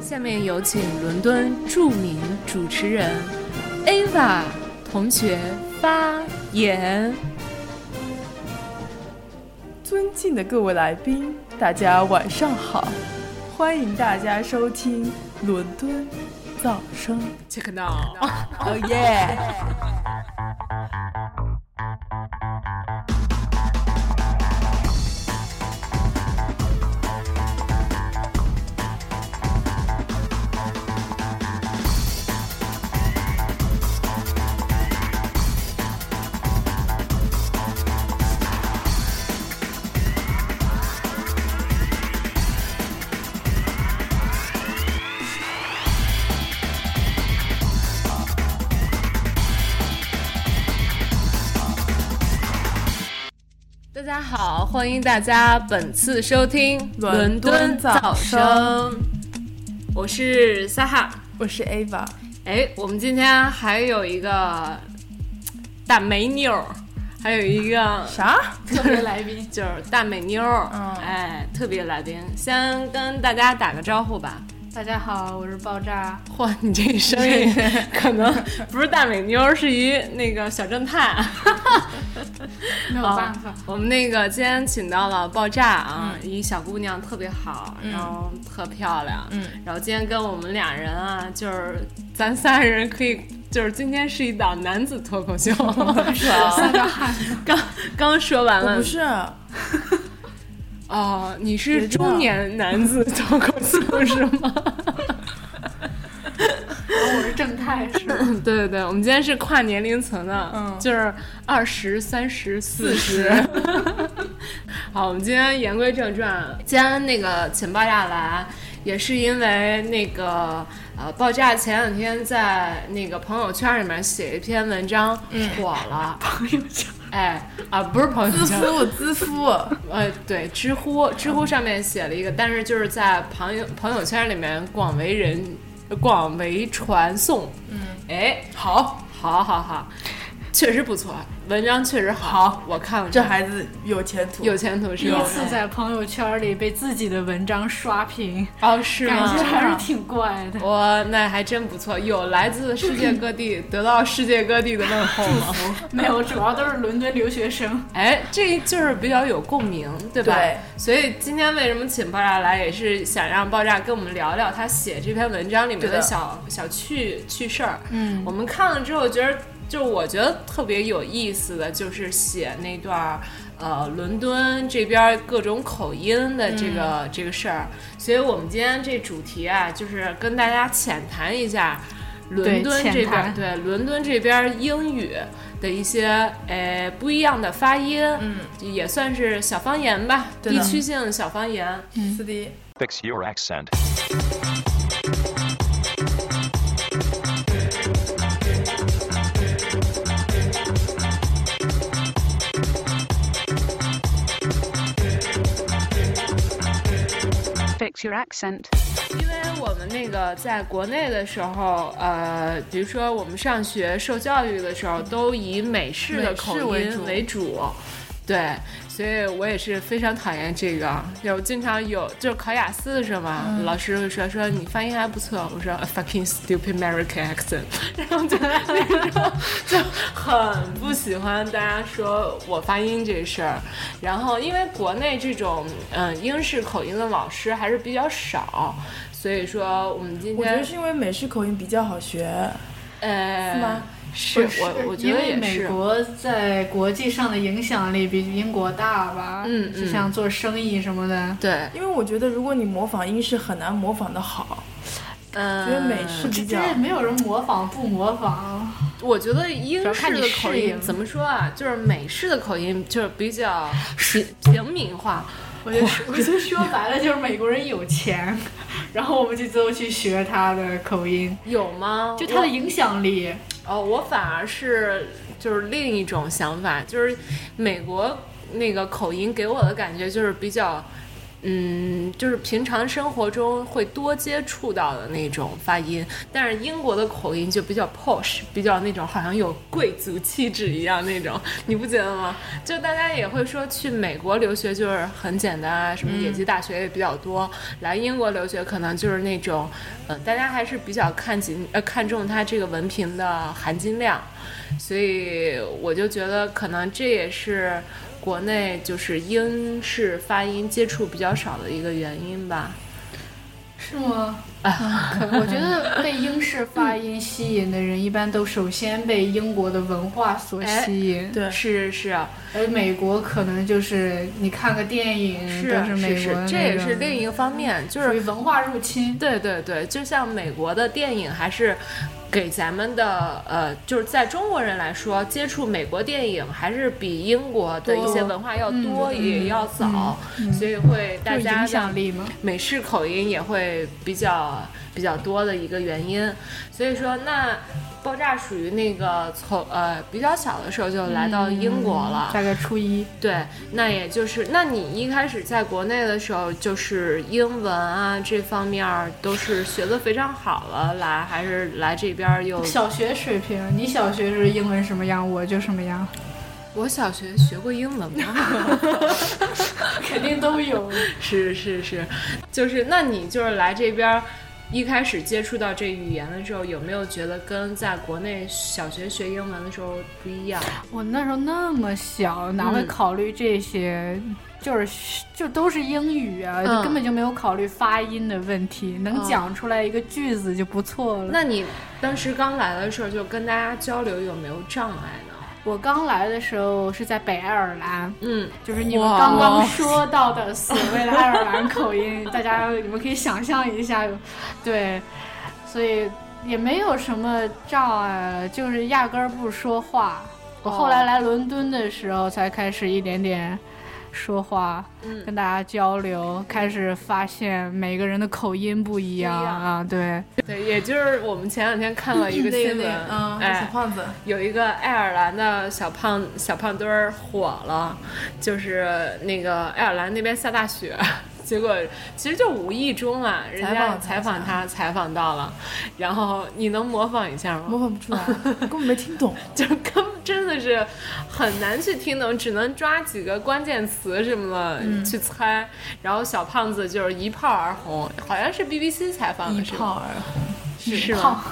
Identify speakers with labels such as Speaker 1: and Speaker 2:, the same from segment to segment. Speaker 1: 下面有请伦敦著名主持人 Ava 同学发言。
Speaker 2: 尊敬的各位来宾，大家晚上好，欢迎大家收听伦敦噪声。
Speaker 1: Check it out。
Speaker 2: 哦耶！
Speaker 1: 大家好，欢迎大家本次收听
Speaker 2: 伦敦
Speaker 1: 敦
Speaker 2: 噪
Speaker 1: 声。我是萨哈。
Speaker 2: 我是 Ava，
Speaker 1: 哎，我们今天还有一个大美妞儿，还有一个
Speaker 2: 啥？
Speaker 1: 特别来宾，就是大美妞儿。
Speaker 2: 嗯
Speaker 1: 哎，特别来宾，先跟大家打个招呼吧。
Speaker 3: 大家好，我是爆炸。
Speaker 1: 嚯，你这声音可能不是大美妞儿，是一那个小正太。
Speaker 3: 没有办法，
Speaker 1: 我们那个今天请到了爆炸啊，
Speaker 2: 嗯
Speaker 1: 一小姑娘特别好，然后特漂亮，
Speaker 2: 嗯，
Speaker 1: 然后今天跟我们俩人啊，就是咱仨人可以，就是今天是一档男子脱口秀，
Speaker 2: 是啊，
Speaker 1: 刚刚说完
Speaker 2: 我
Speaker 1: 了
Speaker 2: 不，是，
Speaker 1: 哦，你
Speaker 2: 别
Speaker 1: 是
Speaker 2: 这样
Speaker 1: 中年男 子脱口秀是吗？
Speaker 3: 我是 正太，是吧
Speaker 1: 对对对，我们今天是跨年龄层的，
Speaker 2: 嗯
Speaker 1: 就是二十三十四十。 好，我们今天言归正传，今天那个请爆炸来，也是因为那个呃，爆炸前两天在那个朋友圈里面写一篇文章、火了，嗯 朋友圈。哎啊，不是朋友
Speaker 2: 自
Speaker 1: 圈，
Speaker 2: 夫自夫，
Speaker 1: 呃，对，知乎知乎上面写了一个，但是就是在朋友朋友圈里面广为人广为传颂。嗯，哎，好，好，好，好，确实不错，文章确实好，我看了
Speaker 2: 这孩子有前途。
Speaker 1: 有前途
Speaker 3: 第
Speaker 1: 是
Speaker 3: 一
Speaker 1: 吧？
Speaker 3: 次在朋友圈里被自己的文章刷屏，
Speaker 1: 哦，是
Speaker 3: 感
Speaker 1: 吗
Speaker 3: 觉？还是挺怪的。
Speaker 1: 我那还真不错，有来自世界各地，得到世界各地的问候吗？
Speaker 3: 没有，主要都是伦敦留学生。
Speaker 1: 哎，这就是比较有共鸣，对吧？
Speaker 2: 对
Speaker 1: 所以今天为什么请爆炸来，也是想让爆炸跟我们聊聊他写这篇文章里面
Speaker 2: 对的
Speaker 1: 的小小趣趣事儿。
Speaker 2: 嗯，
Speaker 1: 我们看了之后觉得，就我觉得特别有意思的就是写那段儿。呃，伦敦这边儿各种口音的这个、
Speaker 2: 嗯
Speaker 1: 这个事儿，所以我们今天这主题啊，就是跟大家浅谈一下伦
Speaker 3: 对
Speaker 1: 敦
Speaker 3: 浅
Speaker 1: 这边儿
Speaker 3: 谈
Speaker 1: 对伦敦这边儿英语的一些呃不一样的发音，
Speaker 2: 嗯，
Speaker 1: 也算是小方言吧，
Speaker 2: 对的
Speaker 1: 地区性的小方言。
Speaker 2: 是的，
Speaker 4: Fix your accent.
Speaker 5: fix your accent.
Speaker 1: 因为我们那个在国内的时候，呃，比如说我们上学受教育的时候，都以美式的
Speaker 2: 美式
Speaker 1: 口音
Speaker 2: 为
Speaker 1: 为
Speaker 2: 主
Speaker 1: 主对，所以我也是非常讨厌这个，就经常有就是考雅思的时候嘛，
Speaker 2: 嗯
Speaker 1: 老师会说说你发音还不错，我说 "A fucking stupid American accent，然 后就那时候就很不喜欢大家说我发音这事儿，然后因为国内这种嗯、呃英式口音的老师还是比较少，所以说我们今
Speaker 2: 我觉得
Speaker 1: 天
Speaker 2: 是因为美式口音比较好学。
Speaker 1: 呃
Speaker 2: 是吗
Speaker 1: 是我我觉
Speaker 3: 因
Speaker 1: 得
Speaker 3: 为
Speaker 1: 也
Speaker 3: 美
Speaker 1: 是。
Speaker 3: 国在国际上的影响力比英国大吧？
Speaker 1: 嗯嗯
Speaker 3: 就像做生意什么的。
Speaker 1: 对，
Speaker 2: 因为我觉得，如果你模仿英式，很难模仿的好。
Speaker 1: 嗯，
Speaker 2: 觉得美式比
Speaker 3: 其
Speaker 2: 较
Speaker 3: 实也没有人模仿不模 仿，
Speaker 1: 我觉得英
Speaker 3: 要
Speaker 1: 式
Speaker 3: 看你
Speaker 1: 的口
Speaker 3: 适
Speaker 1: 音
Speaker 3: 应
Speaker 1: 怎么说啊？就是美式的口音就是比较 平平民化，
Speaker 3: 我就我就说白了就是美国人有钱， 然后我们就都去学他的口音，
Speaker 1: 有吗？
Speaker 3: 就他的
Speaker 1: 我
Speaker 3: 影响力。
Speaker 1: 哦，我反而是就是另一种想法，就是美国那个口音给我的感觉就是比较嗯，就是平常生活中会多接触到的那种发音，但是英国的口音就比较 posh，比较那种好像有贵族气质一样那种，你不觉得吗？就大家也会说去美国留学就是很简单啊，什么野鸡大学也比较多，来英国留学可能就是那种，呃，大家还是比较看紧呃看重它这个文凭的含金量，所以我就觉得可能这也是。国内就是英式发音接触比较少的一个原因吧。
Speaker 3: 是吗？啊，可能我觉得被英式发音吸引的人，一般都首先被英国的文化所
Speaker 1: 哎
Speaker 3: 吸引。
Speaker 2: 对
Speaker 1: 是是是，
Speaker 3: 而美国可能就是你看个电影都
Speaker 1: 是
Speaker 3: 美国
Speaker 1: 是
Speaker 3: 的那种，
Speaker 1: 这也是另一个方面，就
Speaker 3: 属于
Speaker 1: 是
Speaker 3: 文化入侵。
Speaker 1: 对对对，就像美国的电影还是。给咱们的呃，就是在中国人来说，接触美国电影还是比英国的一些
Speaker 3: 多
Speaker 1: 文化要
Speaker 3: 嗯
Speaker 1: 多，也
Speaker 3: 嗯
Speaker 1: 要早，所以会大
Speaker 3: 有
Speaker 1: 家
Speaker 3: 影
Speaker 1: 的
Speaker 3: 响力吗？
Speaker 1: 美式口音也会比较呃比较多的一个原因，所以说那爆炸属于那个从呃比较小的时候就来到英国了，
Speaker 3: 大概初一，
Speaker 1: 对，那也就是那你一开始在国内的时候，就是英文啊这方面儿都是学的非常好了来，还是来这边儿又
Speaker 3: 小学水平。你小学是英文什么样，我就什么样，
Speaker 1: 我小学学过英文吗？
Speaker 3: 肯定都有。
Speaker 1: 是是是，就是那你就是来这边儿，一开始接触到这语言的时候，有没有觉得跟在国内小学学英文的时候不一样？
Speaker 3: 我那时候那么小，哪会
Speaker 1: 嗯
Speaker 3: 考虑这些？就是学就都是英语啊，就
Speaker 1: 嗯
Speaker 3: 根本就没有考虑发音的问题，能
Speaker 1: 哦
Speaker 3: 讲出来一个句子就不错了。
Speaker 1: 那你当时刚来的时候，就跟大家交流有没有障碍呢？
Speaker 3: 我刚来的时候是在北爱尔兰，
Speaker 1: 嗯，
Speaker 3: 就是你们
Speaker 2: 哇
Speaker 3: 刚刚说到的所谓的爱尔兰口音，大家你们可以想象一下，对，所以也没有什么障碍，就是压根儿不说话。我后来来伦敦的时候才开始一点点说话，
Speaker 1: 嗯
Speaker 3: 跟大家交流，开始发现每个人的口音不一样
Speaker 1: 不一样
Speaker 3: 啊，对，
Speaker 1: 对，也就是我们前两天看了一个
Speaker 2: 那
Speaker 1: 新
Speaker 2: 那
Speaker 1: 闻，
Speaker 2: 嗯，小
Speaker 1: 哎，
Speaker 2: 胖子，
Speaker 1: 有一个爱尔兰的小胖小胖墩儿火了，就是那个爱尔兰那边下大雪， 结果其实就无意中啊，人
Speaker 2: 采
Speaker 1: 家
Speaker 2: 访他
Speaker 1: 采访他采访到了，然后你能模仿一下吗？
Speaker 2: 模仿不 出来，根本没听懂。
Speaker 1: 就根本真的是很难去听懂，只能抓几个关键词什么的、去猜。然后小胖子就是一炮而红，好像是 BBC 采访
Speaker 2: 一
Speaker 1: 嗯的是
Speaker 2: 炮
Speaker 1: 吧？
Speaker 2: 而
Speaker 1: 是
Speaker 3: 是
Speaker 1: 是吗？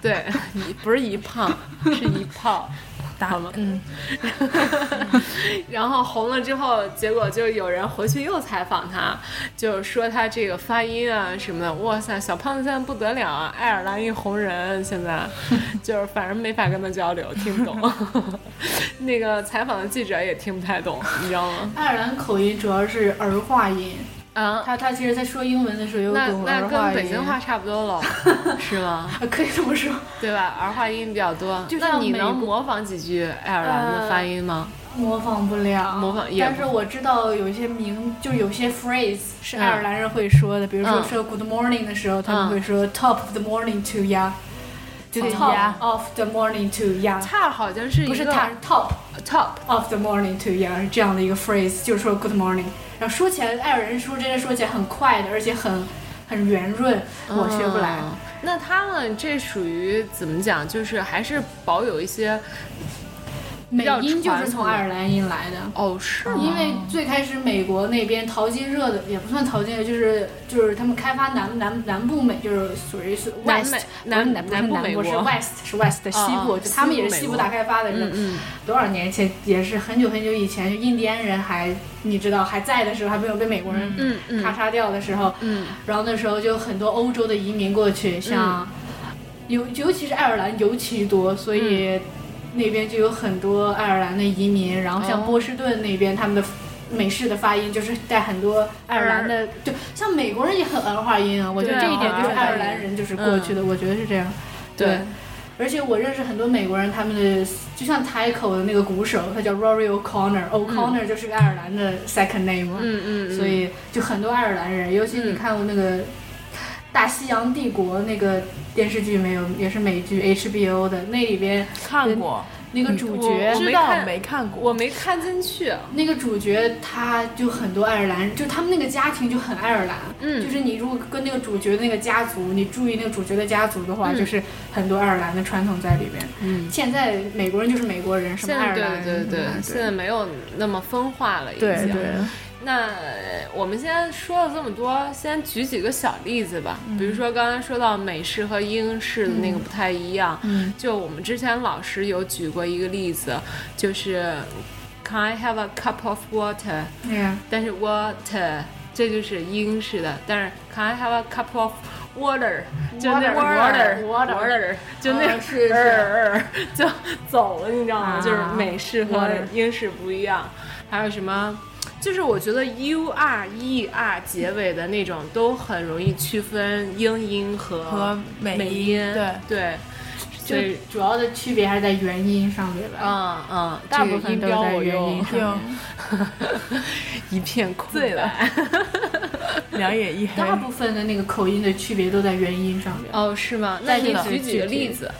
Speaker 1: 对，一不是一胖，是一炮。
Speaker 2: 打
Speaker 1: 好吗
Speaker 2: 嗯，
Speaker 1: 然后红了之后，结果就有人回去又采访他，就说他这个发音啊什么的，哇塞，小胖子现在不得了啊！爱尔兰一红人，现在就是反正没法跟他交流，听不懂。 那个采访的记者也听不太懂，你知道吗？
Speaker 3: 爱尔兰口音主要是儿化音，
Speaker 1: 啊，
Speaker 3: 他他其实在说英文的时候有
Speaker 1: 那
Speaker 3: 懂
Speaker 1: 那
Speaker 3: 儿化
Speaker 1: 跟
Speaker 3: 音，
Speaker 1: 北京话差不多 了，是吗？
Speaker 3: 啊可以这么说。
Speaker 1: 对吧？儿化音比较多。
Speaker 3: 就像
Speaker 1: 那你
Speaker 3: 美
Speaker 1: 能
Speaker 3: 国呃
Speaker 1: 模仿几句爱尔兰的发音吗？
Speaker 3: 模仿不了，
Speaker 1: 模仿也
Speaker 3: 但是我知道有一些名，就有些 phrase 是爱尔兰人会说的，比如说
Speaker 1: 嗯
Speaker 3: 说 good morning 的时候，他们会说 top of the morning to ya，就
Speaker 2: 对
Speaker 3: top
Speaker 2: 呀
Speaker 3: of the morning to ya，
Speaker 1: 差好像哦是一个
Speaker 3: 不是他是 top
Speaker 1: top，
Speaker 3: of the morning to ya 是这样的一个 phrase，就是说 good morning。然后说起来，爱尔兰人说这些说起来很快的，而且很很圆润，我学不来。
Speaker 1: 嗯那他们这属于怎么讲？就是还是保有一些
Speaker 3: 美
Speaker 1: 较
Speaker 3: 音就
Speaker 1: 传
Speaker 3: 是从
Speaker 1: 统
Speaker 3: 爱尔兰音来的，
Speaker 1: 哦，是
Speaker 3: 嗯因为最开始美国那边淘金热的也不算淘金热，就是就是他们开发南南南部美，就是属于是
Speaker 1: 南
Speaker 3: west
Speaker 1: 美
Speaker 3: 不是
Speaker 1: 南
Speaker 3: 南不是
Speaker 1: 南部
Speaker 3: 南
Speaker 1: 美
Speaker 3: 部是
Speaker 1: 国
Speaker 3: west 是 west 的西部，
Speaker 1: 啊
Speaker 3: 就他们也是
Speaker 1: 西
Speaker 3: 西
Speaker 1: 部美国
Speaker 3: 部大开发的人。
Speaker 1: 嗯嗯，
Speaker 3: 多少年前也是很久很久以前，就印第安人还你知道还在的时候，还没有被美国人
Speaker 1: 嗯嗯
Speaker 3: 咔嚓掉的时候，
Speaker 1: 嗯
Speaker 3: 然后那时候就很多欧洲的移民过去，像尤、尤其是爱尔兰尤其多，所以
Speaker 1: 嗯
Speaker 3: 那边就有很多爱尔兰的移民。然后像
Speaker 1: 哦
Speaker 3: 波士顿那边，他们的美式的发音就是带很多爱尔兰的，就像美国人也很儿化音啊。我觉得
Speaker 1: 对
Speaker 3: 这一点就
Speaker 1: 儿
Speaker 3: 是
Speaker 1: 化音
Speaker 3: 爱尔兰人就是过
Speaker 1: 嗯
Speaker 3: 去的，我觉得是这样。
Speaker 1: 对，嗯
Speaker 3: 而且我认识很多美国人，他们的就像 Tyco 的那个鼓手，他叫 Rory O'Connor，O'Connor、就是个爱尔兰的 second name 啊嘛。
Speaker 1: 嗯嗯，
Speaker 3: 所以就很多爱尔兰人，尤其你看过那个《大西洋帝国》那个电视剧没有？也是美剧 HBO 的，那里边
Speaker 2: 看过，
Speaker 3: 那个主角
Speaker 1: 我
Speaker 2: 知
Speaker 1: 没
Speaker 2: 道
Speaker 1: 看
Speaker 2: 没看过，
Speaker 1: 我没看进去，
Speaker 3: 那个主角他就很多爱尔兰人，就他们那个家庭就很爱尔兰，
Speaker 1: 嗯
Speaker 3: 就是你如果跟那个主角的那个家族，你注意那个主角的家族的话，
Speaker 1: 嗯
Speaker 3: 就是很多爱尔兰的传统在里边。
Speaker 1: 嗯。
Speaker 3: 现在美国人就是美国人，什么
Speaker 1: 现
Speaker 3: 爱
Speaker 1: 在
Speaker 3: 尔
Speaker 1: 对
Speaker 3: 兰嗯
Speaker 1: 对
Speaker 3: 人
Speaker 1: 对
Speaker 3: 什么
Speaker 1: 对，现在没有那么分化了，已经。
Speaker 2: 对对，
Speaker 1: 那呃我们先说了这么多，先举几个小例子吧。
Speaker 2: 嗯
Speaker 1: 比如说刚才说到美式和英式的那个不太一样，
Speaker 2: 嗯
Speaker 1: 就我们之前老师有举过一个例子，就是 Can I have a cup of water？
Speaker 3: 对嗯
Speaker 1: 但是 water 这就是英式的，但是 Can I have a cup of water？就那
Speaker 3: Water，water，
Speaker 1: water，就那
Speaker 2: 啊是是
Speaker 1: 呃 就走了，你知道吗？
Speaker 3: 啊
Speaker 1: 就是美式和
Speaker 2: water
Speaker 1: 英式不一样，还有什么？就是我觉得 u r e r 结尾的那种都很容易区分英音和
Speaker 2: 和美
Speaker 1: 美
Speaker 2: 音对
Speaker 1: 对，所以
Speaker 3: 就主要的区别还是在元音上面吧。
Speaker 1: 嗯嗯，
Speaker 3: 大
Speaker 1: 这个
Speaker 3: 部分
Speaker 1: 音
Speaker 3: 都
Speaker 1: 标
Speaker 3: 在
Speaker 1: 我
Speaker 3: 元
Speaker 1: 又
Speaker 3: 音上
Speaker 2: 就
Speaker 1: 一片空
Speaker 2: 醉了
Speaker 1: 白。
Speaker 2: 两眼一黑
Speaker 3: 大。部分的那个口音的区别都在元音上面。
Speaker 1: 哦，是吗？那
Speaker 2: 在
Speaker 1: 你
Speaker 2: 那个
Speaker 1: 举几个
Speaker 2: 具体
Speaker 1: 例子？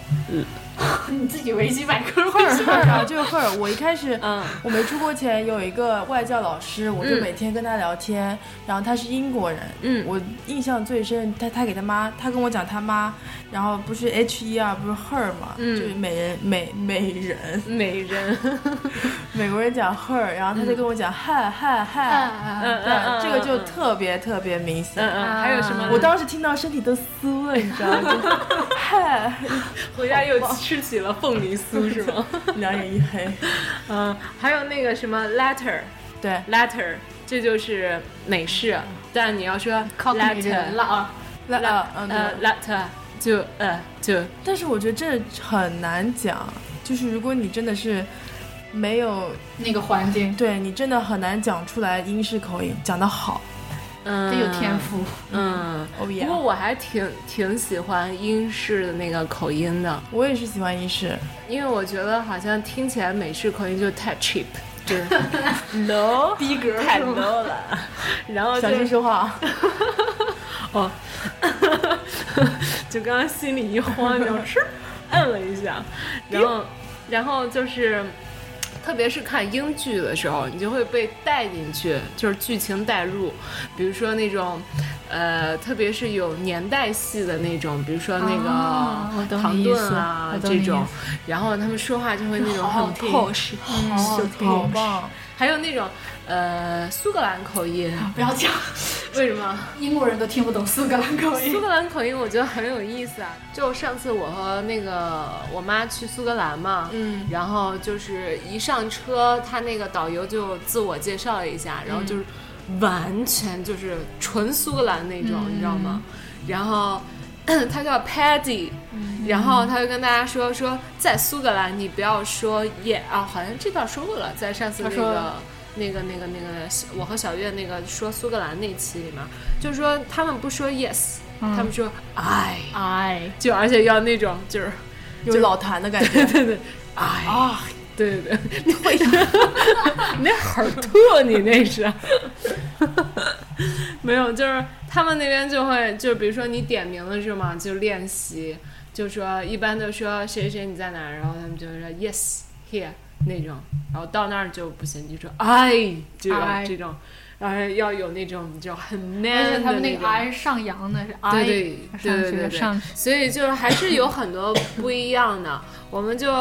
Speaker 3: 你自己维基百
Speaker 2: 会
Speaker 3: 科会
Speaker 2: 儿
Speaker 3: 说
Speaker 2: 会儿啊，就是会儿。我一开始，
Speaker 1: 嗯
Speaker 2: 我没出国前有一个外教老师，我就
Speaker 1: 嗯
Speaker 2: 每天跟他聊天，然后他是英国人，
Speaker 1: 嗯
Speaker 2: 我印象最深，他他给他妈，他跟我讲他妈，然后不是 H E R 不是 her 嘛，
Speaker 1: 嗯
Speaker 2: 就是美人美美人，
Speaker 1: 美人，
Speaker 2: 美国人讲 her，然后他就跟我讲 hi hi
Speaker 3: 啊
Speaker 2: hi，
Speaker 3: 啊
Speaker 1: 嗯
Speaker 3: 啊
Speaker 2: 对，这个就
Speaker 1: 嗯
Speaker 2: 特别特别明
Speaker 1: 嗯
Speaker 2: 显。
Speaker 1: 嗯，还有什么？
Speaker 2: 我当时听到身体都酥了，你知道吗？就 嗨，
Speaker 1: 回家又吃起了凤梨 酥，是吗？
Speaker 2: 两眼一黑。
Speaker 1: 嗯，还有那个什么 letter
Speaker 2: 对，
Speaker 1: letter，这就是美式，但你要说
Speaker 3: 靠美人
Speaker 1: letter
Speaker 3: 了啊！
Speaker 2: 那呃嗯，对
Speaker 1: 呃 letter 就呃就
Speaker 2: 但是我觉得这很难讲，就是如果你真的是没有，
Speaker 3: 那个环境
Speaker 2: 对你真的很难讲出来英式口音，讲得好。
Speaker 1: 嗯
Speaker 3: 得有天。赋。
Speaker 1: 嗯，
Speaker 2: 哦
Speaker 1: 不过我还挺挺喜欢英式的那个口音的，
Speaker 2: 我也是喜欢英式。
Speaker 1: 因为我觉得好像听起来美式口音就太 cheap，就是 low
Speaker 3: 逼格
Speaker 1: 太
Speaker 3: 是
Speaker 1: low
Speaker 3: 吗
Speaker 1: 了， 然后就
Speaker 2: 小心说话啊，
Speaker 1: 哦，就刚刚心里一慌，就吃， 摁了一下，然后，然后就是，特别是看英剧的时候，你就会被带进去，就是剧情带入，比如说那种。呃，特别是有年代戏的那种，比如说那
Speaker 3: 啊我
Speaker 1: 个
Speaker 3: 懂你
Speaker 1: 唐
Speaker 3: 意
Speaker 1: 顿
Speaker 3: 思
Speaker 1: 啊
Speaker 3: 我
Speaker 1: 这
Speaker 3: 懂你意
Speaker 1: 种
Speaker 3: 思，
Speaker 1: 然后他们说话就会那种
Speaker 3: 哦好
Speaker 1: 很
Speaker 3: 听
Speaker 1: posh，
Speaker 2: 好
Speaker 3: 听
Speaker 2: 好棒！
Speaker 1: 还有那种呃苏格兰口音，
Speaker 2: 啊
Speaker 3: 不要讲，
Speaker 1: 为什么？
Speaker 3: 英国人都听不懂苏格兰口
Speaker 1: 苏
Speaker 3: 音。
Speaker 1: 格兰口音我觉得很有意思啊！就上次我和那个我妈去苏格兰嘛，
Speaker 2: 嗯，
Speaker 1: 然后就是一上车，他那个导游就自我介绍了一
Speaker 3: 嗯
Speaker 1: 下，然后就是完全就是纯苏格兰那种，
Speaker 3: 嗯
Speaker 1: 你知道吗？然后 他叫 Paddy，然
Speaker 3: 嗯
Speaker 1: 后他就跟大家说说，在苏格兰你不要说耶啊，好像这段说过了，在上次那
Speaker 3: 他说
Speaker 1: 个。那个、那个、那个，我和小月那个说苏格兰那期里面，就是说他们不说 yes，、
Speaker 3: 嗯
Speaker 1: 他们说 I，
Speaker 3: 哎，
Speaker 1: 就而且要那种就是
Speaker 2: 有老痰的感 觉。
Speaker 1: 对对，I
Speaker 2: 啊，
Speaker 1: 对对，你会，你 那耳吐，你那是， 没有，就是他们那边就会，就比如说你点名的时候嘛，就练习，就说一般都说谁谁你在哪儿，然后他们就会说 yes here 那种，然后到那儿就不行，就说 I 这种
Speaker 3: I
Speaker 1: 这种，然后要有那种就很
Speaker 3: 哎而
Speaker 1: man
Speaker 3: 且
Speaker 1: 的
Speaker 3: 他们那
Speaker 1: 种
Speaker 3: 个 I 上扬的是 I，
Speaker 1: 对对对对
Speaker 3: 上去
Speaker 1: 对
Speaker 3: 的
Speaker 1: 对
Speaker 3: 上去。
Speaker 1: 所以就是还是有很多不一样 的。我们就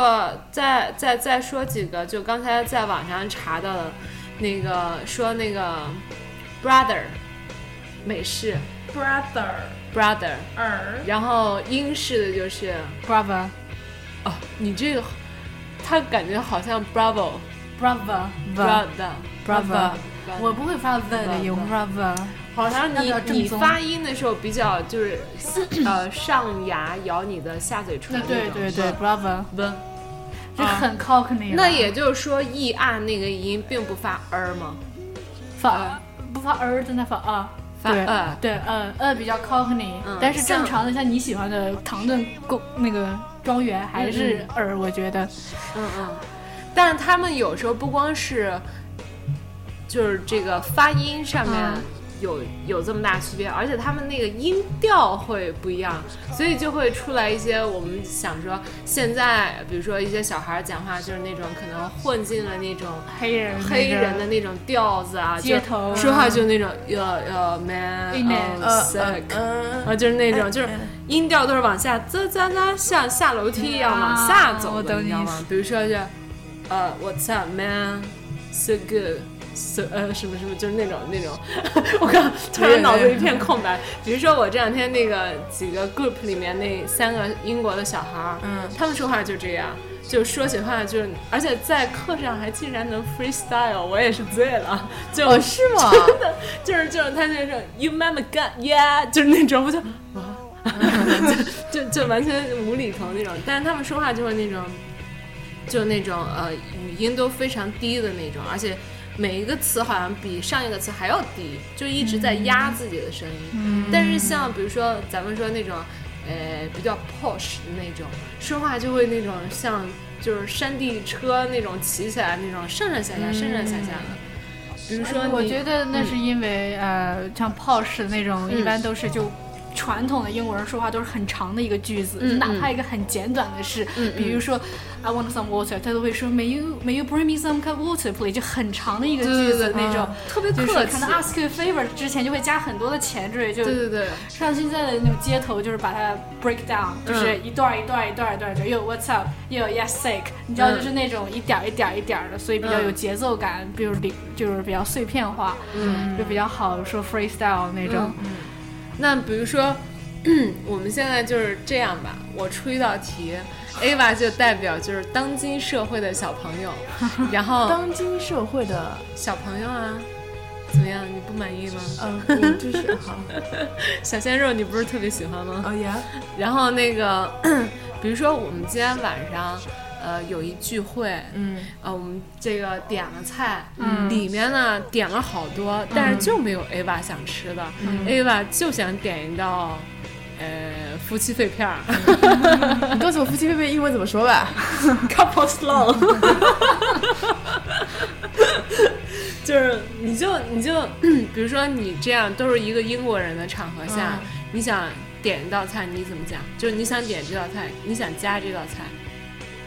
Speaker 1: 再再再说几个，就刚才在网上查到的，那个说那个 brother 美式
Speaker 2: brother
Speaker 1: brother，
Speaker 2: 儿
Speaker 1: 然后英式的就是
Speaker 3: Bravo。
Speaker 1: 哦，你这个他感觉好像 bravo
Speaker 3: Bravo
Speaker 1: brother
Speaker 3: Bravo，我
Speaker 1: 我
Speaker 3: 不会发 V 的，有 Bravo，
Speaker 1: 好像
Speaker 3: 要不
Speaker 1: 你
Speaker 3: 要正
Speaker 1: 你
Speaker 3: 宗
Speaker 1: 发音的时候比较就是 呃上牙咬你的下嘴唇
Speaker 3: 那
Speaker 1: 那种，
Speaker 3: 对对对，Bravo，
Speaker 1: 温。
Speaker 3: 这很
Speaker 1: 啊
Speaker 3: Cockney 了。
Speaker 1: 那也就是说，e r 那个音并不发 er 吗？
Speaker 3: 发不发 R，真的发 R。
Speaker 1: 发
Speaker 3: 对
Speaker 1: er
Speaker 3: 对，呃呃比较 Cockney，
Speaker 1: 嗯
Speaker 3: 但是
Speaker 1: 像
Speaker 3: 正常的像你喜欢的唐顿公那个庄园还是 R，我觉得。
Speaker 1: 嗯嗯。但是他们有时候不光是，就是这个发音上面
Speaker 3: 嗯
Speaker 1: 有有这么大区别，而且他们那个音调会不一样，所以就会出来一些我们想说现在，比如说一些小孩讲话就是那种可能混进了那种
Speaker 3: 黑人
Speaker 1: 黑人的那种调子啊，
Speaker 3: 街
Speaker 1: 就
Speaker 3: 头
Speaker 1: 说话就那种呃呃 man
Speaker 3: Hey, man.
Speaker 1: I'm
Speaker 2: 呃
Speaker 1: sick，
Speaker 2: 呃
Speaker 1: 啊，就是那
Speaker 3: 哎
Speaker 1: 种，就是
Speaker 2: 嗯
Speaker 1: 音调都是往下，啧啧啧，像下楼梯一样
Speaker 3: 啊
Speaker 1: 往下走
Speaker 3: 我
Speaker 1: 的，
Speaker 3: 懂
Speaker 1: 你知道
Speaker 3: 你意
Speaker 1: 吗
Speaker 3: 思？
Speaker 1: 比如说是，呃，What's up, man? So good. So, 呃，什么什么，就是那种那种， 我刚突然脑子一片空白。比如说我这两天那个几个 group 里面那三个英国的小孩儿，
Speaker 2: 嗯
Speaker 1: 他们说话就这样，就说起话就，而且在课上还竟然能 freestyle，我也是醉了。就、
Speaker 2: 哦，是吗？
Speaker 1: 就是就是他就是说 you mama got yeah，就是那种我就哇， 就 就就完全无厘头那种，但是他们说话就会那种，就那种呃语音都非常低的那种，而且每一个词好像比上一个词还要低，就一直在压自己的声音。但是像比如说咱们说那种呃比较 posh 的那种，说话就会那种像就是山地车那种骑起来那种上上下下上上下下的。比如说你，
Speaker 3: 哎我觉得那是
Speaker 1: 嗯
Speaker 3: 因为、呃，像 posh 那种，一般都是就。传统的英国人说话都是很长的一个句子，
Speaker 1: 嗯
Speaker 3: 就哪怕一个很简短的事，
Speaker 1: 嗯嗯
Speaker 3: 比如说、I want some water，他都会说 May you May you bring me some cup water please，就很长的一个
Speaker 1: 对
Speaker 3: 句
Speaker 1: 对
Speaker 3: 子
Speaker 1: 对
Speaker 3: 那种，
Speaker 1: 特别
Speaker 3: 就是
Speaker 1: 客
Speaker 3: 可
Speaker 1: 气
Speaker 3: 能 ask a favor 之前就会加很多的前缀，就
Speaker 1: 对对对，
Speaker 3: 像现在的那种街头，就是把它 break down，就是
Speaker 1: 嗯
Speaker 3: 一段儿一段儿一段儿一段儿的，又 what's up，又 yes sick，你知道，
Speaker 1: 嗯
Speaker 3: 就是那种一点儿一点儿一点儿的，所以比较有节奏感，比如里就是比较碎片化，
Speaker 1: 嗯，
Speaker 3: 就比较好说 freestyle 那种。
Speaker 1: 那比如说， 我们现在就是这样吧，我出一道题，Ava 就代表就是当今社会的小朋 友，然后
Speaker 2: 当今社会的，
Speaker 1: 小朋友啊，怎么样？你不满意吗？
Speaker 2: 嗯，我就是好，
Speaker 1: 小鲜肉你不是特别喜欢吗？
Speaker 2: 哦呀，
Speaker 1: 然后那个， 比如说我们今天晚上，呃，有一聚会，
Speaker 2: 嗯，
Speaker 1: 呃，我们这个点了菜，
Speaker 3: 嗯
Speaker 1: 里面呢点了好多，但是就没有 Ava 想吃的、a v a 就想点一道，呃，夫妻肺片儿
Speaker 2: 你告诉我夫妻肺片英文怎么说吧？
Speaker 1: ，couple slow，就是你就你就，比如说你这样都是一个英国人的场合下，
Speaker 2: 嗯
Speaker 1: 你想点一道菜，你怎么讲？就是你想点这道菜，你想加这道菜，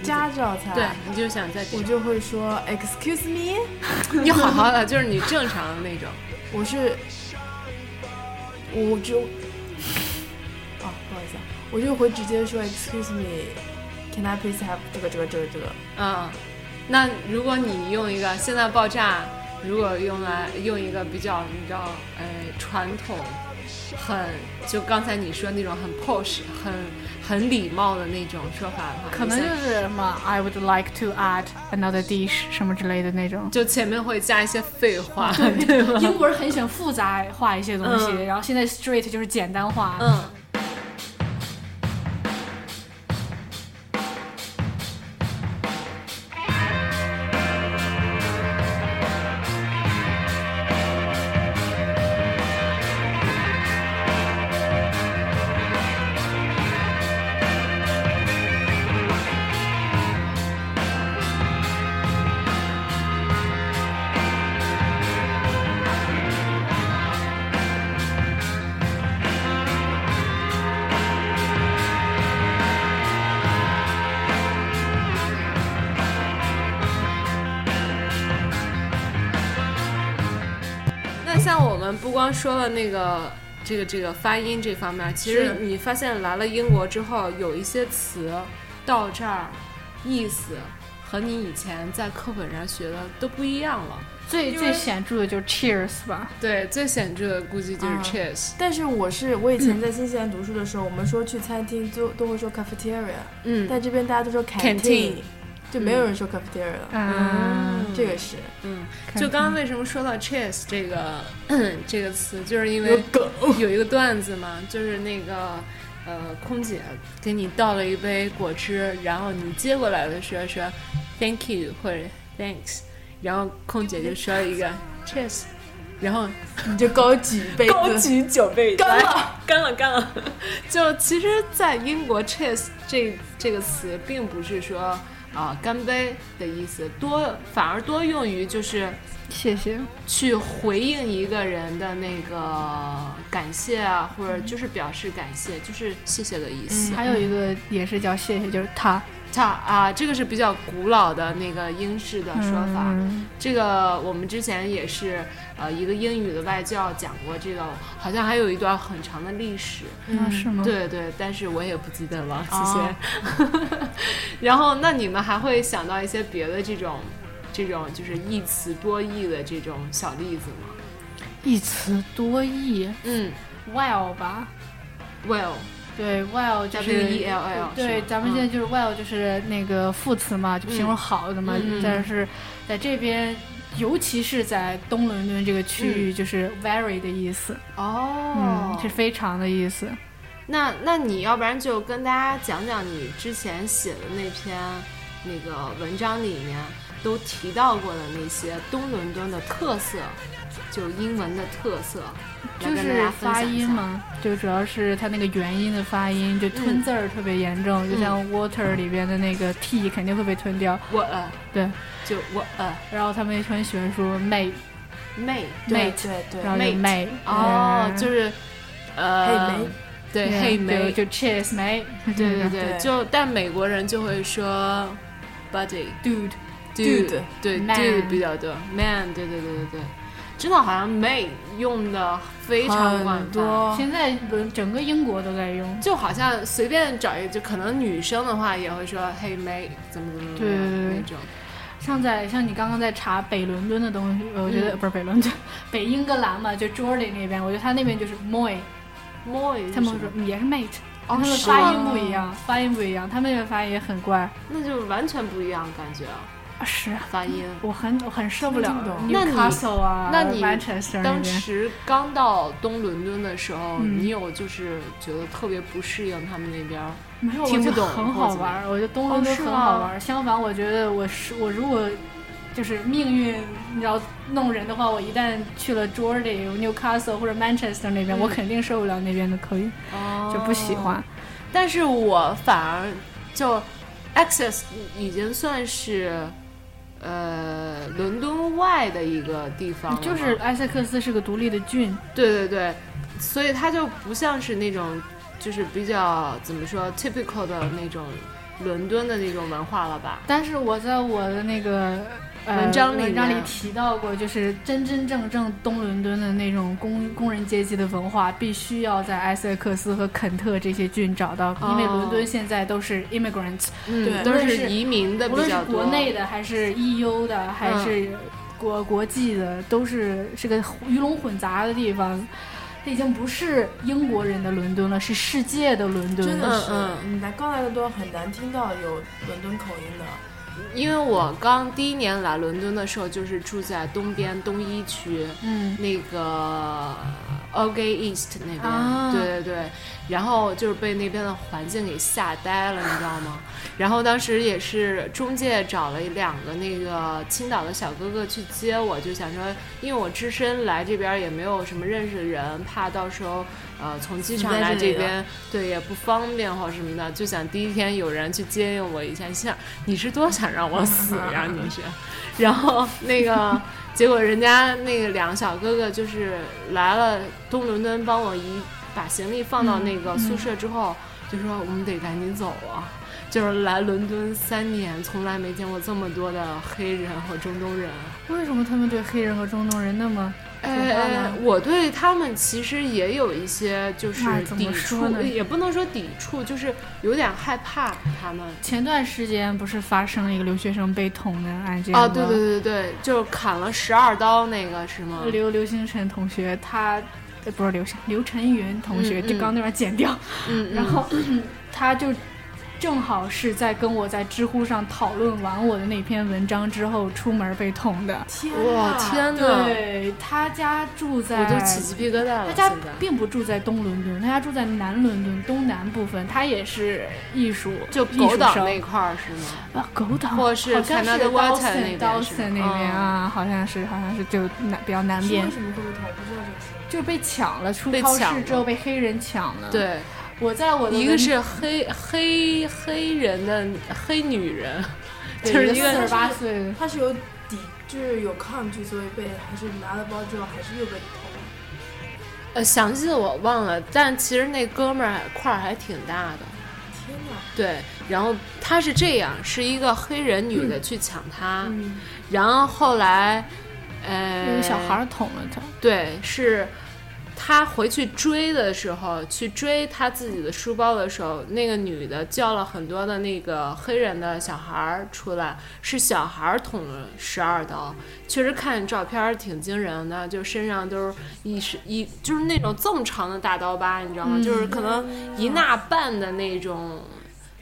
Speaker 2: 加这道菜，
Speaker 1: 对，你就想再
Speaker 2: 我
Speaker 1: 点，
Speaker 2: 就会说 Excuse me，
Speaker 1: 你好好的，就是你正常的那种。
Speaker 2: 我是，我就，哦，不好意思，啊，我就会直接说 Excuse me，Can I please have 这个这个这个这个？
Speaker 1: 嗯，那如果你用一个现在爆炸，如果用来用一个比较你知道呃传统，很就刚才你说那种很 posh、很很礼貌的那种说法的话，
Speaker 3: 可能
Speaker 1: 你
Speaker 3: 就
Speaker 1: 想
Speaker 3: 是什么 I would like to add another dish 什么之类的那种。
Speaker 1: 就前面会加一些废话， 对吧？
Speaker 3: 英国人很喜欢复杂化一些东西，
Speaker 1: 嗯
Speaker 3: 然后现在 straight 就是简单化。
Speaker 1: 嗯。那像我们不光说了那个这个这个发音这方面，其实
Speaker 2: 是
Speaker 1: 你发现来了英国之后，有一些词到这儿意思和你以前在课本上学的都不一样了。
Speaker 3: 最
Speaker 2: 因为
Speaker 3: 最显著的就是 cheers 吧，
Speaker 1: 对，最显著的估计就是
Speaker 2: 啊
Speaker 1: cheers。
Speaker 2: 但是我是我以前
Speaker 1: 嗯
Speaker 2: 在新西兰读书的时候，我们说去餐厅都都会说 cafeteria，
Speaker 1: 嗯
Speaker 2: 在这边大家都说
Speaker 1: Canteen
Speaker 2: canteen，就没有人说 cafeteria 了。
Speaker 3: 嗯，
Speaker 2: 这个是
Speaker 1: 嗯，
Speaker 3: 看
Speaker 1: 就刚刚为什么说到 cheers 这个 这个词，就是因
Speaker 2: 有
Speaker 1: 为
Speaker 2: 梗，
Speaker 1: 有一个段子嘛，就是那个呃，空姐给你倒了一杯果汁，然后你接过来的时候说 “thank you” 或者 “thanks”，然后空姐就说一个 “cheers”，然后
Speaker 2: 你就高举杯子，
Speaker 1: 举酒杯，
Speaker 2: 干
Speaker 1: 来
Speaker 2: 了，
Speaker 1: 干了，干了。就其实，在英国，“cheers” 这这个词并不是说啊、干杯的意思，多反而多用于就是
Speaker 3: 谢谢。
Speaker 1: 去回应一个人的那个感谢啊，或者就是表示感谢，就是谢谢的意思。
Speaker 3: 还有一个也是叫谢谢，就是他
Speaker 1: 它啊，这个是比较古老的那个英式的说法。
Speaker 3: 嗯
Speaker 1: 这个我们之前也是呃一个英语的外教讲过，这个好像还有一段很长的历史。
Speaker 3: 啊是吗？
Speaker 1: 对对，但是我也不记得了，谢谢。
Speaker 3: 哦
Speaker 1: 然后，那你们还会想到一些别的这种，这种就是一词多义的这种小例子吗？
Speaker 3: 一词多义
Speaker 1: 嗯
Speaker 3: ，well 吧？
Speaker 1: ，well，
Speaker 3: 对，well 就是
Speaker 1: W E L L 是
Speaker 3: 对，
Speaker 1: 吧
Speaker 3: 咱
Speaker 1: 嗯
Speaker 3: 们现在就是 well 就是那个副词嘛，就形容好的嘛。
Speaker 1: 嗯嗯
Speaker 3: 但是在这边，尤其是在东伦敦这个区域，就是 very 的意思，
Speaker 1: 嗯哦
Speaker 3: 嗯，是非常的意思。
Speaker 1: 那那你要不然就跟大家讲讲你之前写的那篇那个文章里面都提到过的那些东伦敦的特色，就英文的特色，来
Speaker 3: 就
Speaker 1: 跟大
Speaker 3: 是
Speaker 1: 家分
Speaker 3: 发
Speaker 1: 享一
Speaker 3: 音
Speaker 1: 下。
Speaker 3: 嘛，就主要是它那个元音的发音，就
Speaker 1: 嗯
Speaker 3: 吞字儿特别严重，就像 water 里边的那个 t 肯定会被吞掉。
Speaker 1: 我呃，
Speaker 3: 对，
Speaker 1: 就我呃
Speaker 3: 然后他们也很喜欢说 mate，
Speaker 1: 妹
Speaker 2: 对
Speaker 3: Mate，
Speaker 2: 对对
Speaker 3: 然，后就
Speaker 1: Mate
Speaker 3: mate，
Speaker 1: 哦，
Speaker 3: 嗯
Speaker 1: 就是呃
Speaker 2: 嘿妹，
Speaker 1: 对
Speaker 3: 对
Speaker 1: 嘿
Speaker 3: 就
Speaker 1: 妹，
Speaker 3: 就 cheers mate，
Speaker 1: 对对
Speaker 3: 嗯
Speaker 1: 对，
Speaker 2: 对
Speaker 1: 就但美国人就会说 buddy。
Speaker 3: dude，
Speaker 2: Dude
Speaker 1: 对
Speaker 3: Man
Speaker 1: dude 比较多，man 对对对对对，真的好像 mate 用的非常广泛
Speaker 2: 很，多，
Speaker 3: 现在伦整个英国都在用。
Speaker 1: 就好像随便找一个，就可能女生的话也会说 hey mate 怎么怎么怎么样
Speaker 3: 对
Speaker 1: 那种，
Speaker 3: 像在像你刚刚在查北伦敦的东西，呃我觉得、不是北伦敦，北英格兰嘛，就 Jordan 那边，我觉得他那边就是 moy，
Speaker 1: 摸一下
Speaker 3: 他们说也是 mate，
Speaker 1: 哦
Speaker 3: 他们
Speaker 1: 是
Speaker 3: 发音
Speaker 1: 吗
Speaker 3: 不一样，发音不一样，他们那边发音也很怪。
Speaker 1: 那就完全不一样感觉
Speaker 3: 啊是啊，
Speaker 1: 发 音。
Speaker 3: 我很我很受不了
Speaker 2: 听不懂
Speaker 3: Newcastle 啊，
Speaker 1: 那你
Speaker 3: Manchester 那
Speaker 1: 当
Speaker 3: 边
Speaker 1: 时刚到东伦敦的时候，
Speaker 3: 嗯
Speaker 1: 你有就是觉得特别不适应他们那边儿
Speaker 3: 没有，我
Speaker 1: 听不
Speaker 3: 觉得
Speaker 1: 懂
Speaker 3: 很
Speaker 1: 或
Speaker 3: 好
Speaker 1: 怎么
Speaker 3: 玩
Speaker 1: 样
Speaker 3: 儿，我觉得东伦
Speaker 1: 哦
Speaker 3: 敦
Speaker 1: 是
Speaker 3: 很
Speaker 1: 吗
Speaker 3: 好玩儿。相反，我觉得我是我如果就是命运你要弄人的话，我一旦去了 Jordan、Newcastle 或者 Manchester 那边，
Speaker 1: 嗯哦
Speaker 3: 我肯定受不了那边的口音，就不喜欢。
Speaker 1: 但是我反而就 Access 已经算是呃伦敦外的一个地方了嘛，
Speaker 3: 就是埃塞克斯是个独立的郡，
Speaker 1: 对对对，所以它就不像是那种就是比较怎么说 typical 的那种伦敦的那种文化了吧？
Speaker 3: 但是我在我的那个。呃、
Speaker 1: 文章里
Speaker 3: 文章里
Speaker 1: 面
Speaker 3: 提到过，就是真真正正东伦敦的那种工工人阶级的文化，必须要在埃塞克斯和肯特这些郡找到，因为
Speaker 1: 哦
Speaker 3: 伦敦现在都是 immigrants，
Speaker 1: 嗯，
Speaker 2: 对
Speaker 1: 都
Speaker 3: 无论
Speaker 1: 是
Speaker 3: 是
Speaker 1: 移民的比
Speaker 3: 无论
Speaker 1: 较
Speaker 3: 是
Speaker 1: 多。嗯
Speaker 3: 国内的还是 EU 的还是国、国际的，都是是个鱼龙混杂的地方。这已经不是英国人的伦敦了，是世界的伦敦。
Speaker 2: 真的是
Speaker 1: 嗯，
Speaker 2: 你来刚来的多很难听到有伦敦口音的，
Speaker 1: 因为我刚第一年来伦敦的时候，就是住在东边东一区
Speaker 3: 嗯，
Speaker 1: 那个 o g a East 那边，
Speaker 3: 啊
Speaker 1: 对对对，然后就是被那边的环境给吓呆了，你知道吗？然后当时也是中介找了两个那个青岛的小哥哥去接我，就想说，因为我只身来这边也没有什么认识的人，怕到时候呃从机场来这边对也不方便或什么的，就想第一天有人去接应我一下。想你是多想让我死呀、你是？然后那个结果人家那个两个小哥哥就是来了东伦敦帮我一把行李放到那个宿舍之后，就说我们得赶紧走啊。就是来伦敦三年，从来没见过这么多的黑人和中东人。啊
Speaker 3: 为什么他们对黑人和中东人那么
Speaker 1: 呃，
Speaker 3: 呢
Speaker 1: 我对他们其实也有一些就是
Speaker 3: 那怎么
Speaker 1: 抵触
Speaker 3: 说，呢
Speaker 1: 也不能说抵触，就是有点害怕他们。
Speaker 3: 前段时间不是发生了一个留学生被捅的案件吗？
Speaker 1: 啊，对对对对，就是砍了十二刀那个是吗？
Speaker 3: 刘刘星辰同学他。呃不是刘星刘晨云同学，
Speaker 1: 嗯嗯
Speaker 3: 就刚那边剪掉，
Speaker 1: 嗯，嗯
Speaker 3: 然后他就正好是在跟我在知乎上讨论完我的那篇文章之后出门被捅的。
Speaker 2: 天
Speaker 1: 哇
Speaker 2: 啊
Speaker 1: 天哪，
Speaker 3: 对他家住在，
Speaker 1: 我都起鸡皮疙瘩了。
Speaker 3: 他家
Speaker 1: 现在
Speaker 3: 并不住在东伦敦，他家住在南伦敦东南部分，他也是艺术，
Speaker 1: 就
Speaker 3: 艺
Speaker 1: 狗
Speaker 3: 术
Speaker 1: 岛
Speaker 3: 生
Speaker 1: 那块儿是吗？
Speaker 3: 啊，狗岛，
Speaker 1: 或是
Speaker 3: 好像
Speaker 1: Canada Water 那边是
Speaker 3: Dawson
Speaker 1: 吧
Speaker 3: Dawson 那边啊，好像是好像是就南比较南
Speaker 2: 是
Speaker 3: 边
Speaker 2: 为，什么会被捅？不知道这些。
Speaker 3: 就是被抢了，出
Speaker 1: 被
Speaker 3: 超
Speaker 1: 抢
Speaker 3: 市
Speaker 1: 了
Speaker 3: 之后被黑人抢了。，
Speaker 1: 对，
Speaker 3: 我在我的
Speaker 1: 一
Speaker 3: 文
Speaker 1: 个是黑黑黑人的黑女人，就是
Speaker 3: 对一
Speaker 1: 一
Speaker 3: 四
Speaker 1: 个
Speaker 3: 十八岁，
Speaker 2: 他是有抵制、有抗拒，所以被还是拿了包之后还是又被偷了。
Speaker 1: 呃，详细的我忘了，但其实那哥们儿块儿还挺大的。
Speaker 2: 天哪！
Speaker 1: 对，然后他是这样，是一个黑人女的去抢他，
Speaker 2: 嗯，
Speaker 1: 然后后来，呃，
Speaker 3: 有个小孩儿捅了他。
Speaker 1: 对，是他回去追的时候，去追他自己的书包的时候，那个女的叫了很多的那个黑人的小孩儿出来，是小孩儿捅了十二刀，确实看照片儿挺惊人的，就身上都是一是一就是那种这么长的大刀疤，你知道吗？就是可能一纳半的那种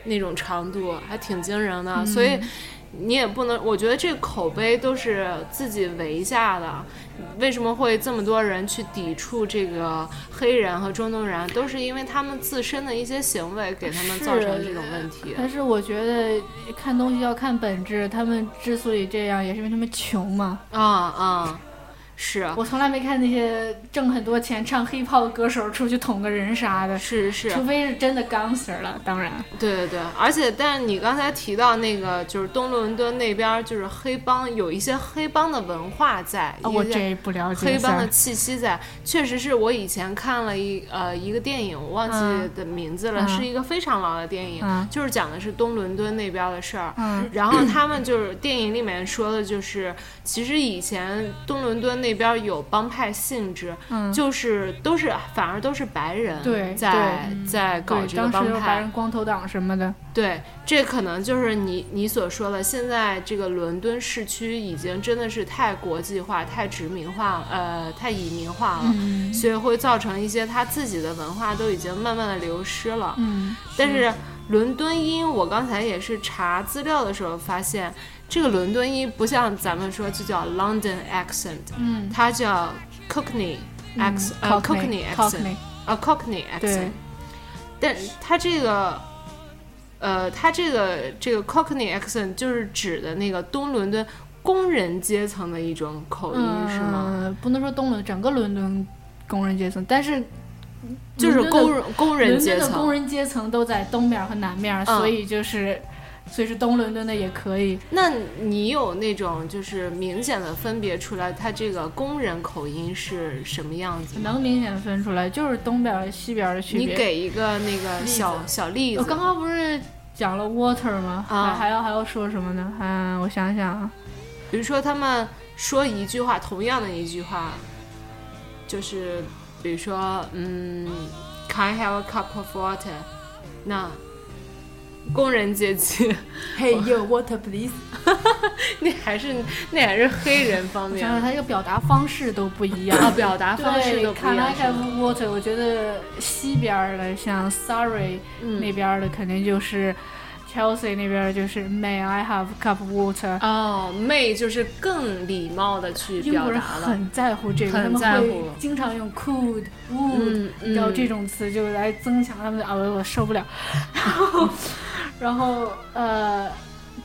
Speaker 1: 那种长度，还挺惊人的，所以。你也不能，我觉得这口碑都是自己围下的，为什么会这么多人去抵触这个黑人和中东人，啊都是因为他们自身的一些行为给他们造成这种问题。
Speaker 3: 但是我觉得看东西要看本质，他们之所以这样，也是因为他们穷嘛。
Speaker 1: 啊啊、是
Speaker 3: 我从来没看那些挣很多钱唱黑炮歌手出去捅个人啥的，
Speaker 1: 是啊是，
Speaker 3: 除非是真的 gangster 了，当然。
Speaker 1: 对对对。而且，但是你刚才提到那个，就是东伦敦那边儿就是黑帮有一些黑帮的文化在，
Speaker 3: 啊，
Speaker 1: 一
Speaker 3: 我
Speaker 1: 些
Speaker 3: 这不了解。
Speaker 1: 黑帮的气息在，确实是我以前看了一呃一个电影，我忘记
Speaker 3: 嗯
Speaker 1: 的名字了，
Speaker 3: 嗯
Speaker 1: 是一个非常老的电影，
Speaker 3: 嗯
Speaker 1: 就是讲的是东伦敦那边的事儿。
Speaker 3: 嗯
Speaker 1: 然后他们就是电影里面说的，就是其实以前东伦敦那边有帮派性质，
Speaker 3: 嗯，
Speaker 1: 就是都是反而都是白人
Speaker 3: 对
Speaker 1: 在在搞
Speaker 3: 对，
Speaker 1: 这个
Speaker 3: 当时
Speaker 1: 帮
Speaker 3: 有白
Speaker 1: 派啊
Speaker 3: 人。光头党什么的，
Speaker 1: 对，这可能就是你你所说的，现在这个伦敦市区已经真的是太国际化、太殖民化、呃，太移民化了。
Speaker 3: 嗯
Speaker 1: 所以会造成一些他自己的文化都已经慢慢的流失了。
Speaker 3: 嗯，
Speaker 1: 但是伦敦音，我刚才也是查资料的时候发现，这个伦敦音不像咱们说就叫 London accent，
Speaker 3: 嗯
Speaker 1: 它叫 Cockney accent，、呃 Cockney accent，
Speaker 3: Cockney，
Speaker 1: 呃 Cockney
Speaker 3: 对
Speaker 1: accent，，但它这个。呃，它这个这个 Cockney accent 就是指的那个东伦敦工人阶层的一种口音，是吗？
Speaker 3: 嗯，不能说东伦，整个伦敦工人阶层，但是
Speaker 1: 就是
Speaker 3: 伦敦的
Speaker 1: 工人工人阶
Speaker 3: 伦敦的
Speaker 1: 层
Speaker 3: 工，人阶层都在东面和南面，
Speaker 1: 嗯
Speaker 3: 所以就是，所以是东伦敦的也可以。
Speaker 1: 那你有那种就是明显的分别出来，他这个工人口音是什么样子吗？
Speaker 3: 能明显分出来，就是东边儿、西边儿的区
Speaker 1: 你
Speaker 3: 别。
Speaker 1: 给一个那个小
Speaker 2: 例
Speaker 1: 小例
Speaker 3: 我
Speaker 1: 子，
Speaker 3: 刚刚不是讲了 water 吗？还、
Speaker 1: 啊
Speaker 3: 还要还要说什么呢？嗯、我想想啊，
Speaker 1: 比如说他们说一句话，同样的一句话，就是比如说，嗯，Can I have a cup of water？那工人阶级，
Speaker 2: 嘿，Yo water please。
Speaker 1: 那还是那还是黑人方
Speaker 3: 我
Speaker 1: 面
Speaker 3: 想想，他这个表达方式都 不一样。
Speaker 1: 啊，表达
Speaker 3: 对
Speaker 1: 方式都不一
Speaker 3: Can I
Speaker 1: 样。是
Speaker 3: have
Speaker 1: 吗
Speaker 3: water？我觉得西边儿的像 Surrey 那
Speaker 1: 嗯，
Speaker 3: 边儿的肯定就是。Chelsea 那边儿就是 May I have a cup of water？
Speaker 1: 哦，妹就是更礼貌的去
Speaker 3: 英
Speaker 1: 表
Speaker 3: 国人
Speaker 1: 达了。
Speaker 3: 很在乎这个，
Speaker 1: 很
Speaker 3: 他们
Speaker 1: 在乎
Speaker 3: 会经常用 could、would，
Speaker 1: 嗯，
Speaker 3: 然后这
Speaker 1: 种
Speaker 3: 种词就来增强他们的啊，我我 受不了。然后，然后呃，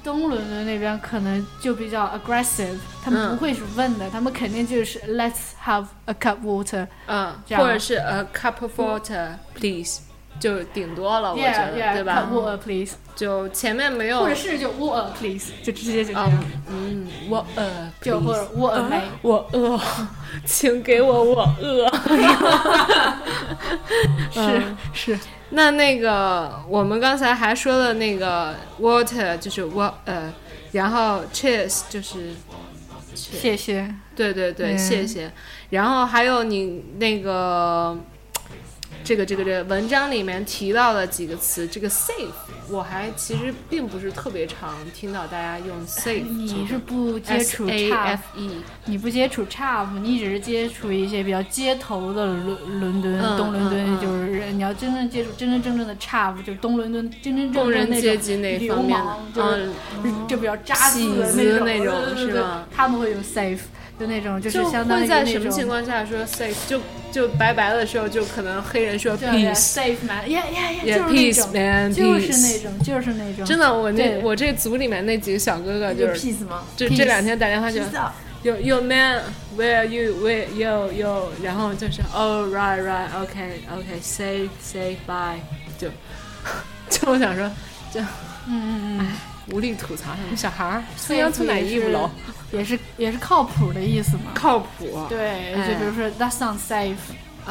Speaker 3: 东伦敦那边可能就比较 aggressive，他们
Speaker 1: 嗯
Speaker 3: 不会是问的，他们肯定就是 Let's have a cup water。
Speaker 1: 嗯，
Speaker 3: 这样
Speaker 1: 或者是 a cup of water please，就顶多啊了，我觉
Speaker 3: Yeah,
Speaker 1: 得
Speaker 3: yeah,
Speaker 1: 对
Speaker 3: cup
Speaker 1: 吧？嗯哦
Speaker 3: water please，
Speaker 1: 就前面没有
Speaker 3: 或者是就 water please，就直接就这
Speaker 1: 啊
Speaker 3: 样，，
Speaker 1: 嗯，我饿，
Speaker 3: 就或者
Speaker 1: 嗯
Speaker 3: water may。
Speaker 1: 我饿， 请给我我饿。 嗯
Speaker 3: 是是，
Speaker 1: 那那个我们刚才还说的那个 water 就是 what 呃，然后 cheers 就是
Speaker 3: 谢谢。
Speaker 1: 对对对，
Speaker 3: 嗯
Speaker 1: 谢谢。然后还有你那个这个这个这个文章里面提到的几个词，这个 safe，我还其实并不是特别常听到大家用 safe
Speaker 3: 哎你是不接触
Speaker 1: S A
Speaker 3: 差
Speaker 1: F E，
Speaker 3: 你不接触 chav，你只是接触一些比较街头的伦伦敦、
Speaker 1: 嗯
Speaker 3: 东伦
Speaker 1: 嗯
Speaker 3: 敦，
Speaker 1: 嗯
Speaker 3: 就是人你要真正接触真真正正的 chav，就是东伦敦真真
Speaker 1: 工
Speaker 3: 正正
Speaker 1: 人
Speaker 3: 那
Speaker 1: 阶
Speaker 3: 种
Speaker 1: 级那
Speaker 3: 流
Speaker 1: 方面的
Speaker 3: 氓，，就是
Speaker 1: 嗯，
Speaker 3: 就比较扎刺的
Speaker 1: 痞子
Speaker 3: 那
Speaker 1: 那种
Speaker 3: 对对对
Speaker 1: 是
Speaker 3: 对
Speaker 1: 吧
Speaker 3: 他们会有 safe，就那种就是
Speaker 1: 就
Speaker 3: 相当于
Speaker 1: 会在什么
Speaker 3: 那种
Speaker 1: 情况下说 safe？就就拜拜的时候，就可能黑人说
Speaker 3: 对对
Speaker 1: peace，
Speaker 3: safe man，呀呀呀，
Speaker 1: 也
Speaker 3: 就是那
Speaker 1: peace
Speaker 3: 种，
Speaker 1: man
Speaker 3: 就是那
Speaker 1: peace。
Speaker 3: 种，就是那种，
Speaker 1: 真的，我那
Speaker 3: 对
Speaker 1: 我这组里面那几个小哥哥
Speaker 2: 那
Speaker 1: 就
Speaker 2: 就是 peace 吗啊
Speaker 1: 就
Speaker 3: Peace
Speaker 1: 这两天打电话就
Speaker 2: ？peace up。
Speaker 1: 有有 man where are you where you you，然后就是 oh right right OK OK say say bye，就就我想说
Speaker 3: 嗯嗯嗯，
Speaker 1: 无力吐槽什么小孩儿，
Speaker 3: 所
Speaker 1: 孙
Speaker 3: 以
Speaker 1: 杨村哪
Speaker 3: 也
Speaker 1: 一不
Speaker 3: 是
Speaker 1: 楼？
Speaker 3: 也是也是靠谱的意思嘛。
Speaker 1: 靠谱
Speaker 3: 对，
Speaker 1: 哎
Speaker 3: 就比如说 that sounds safe，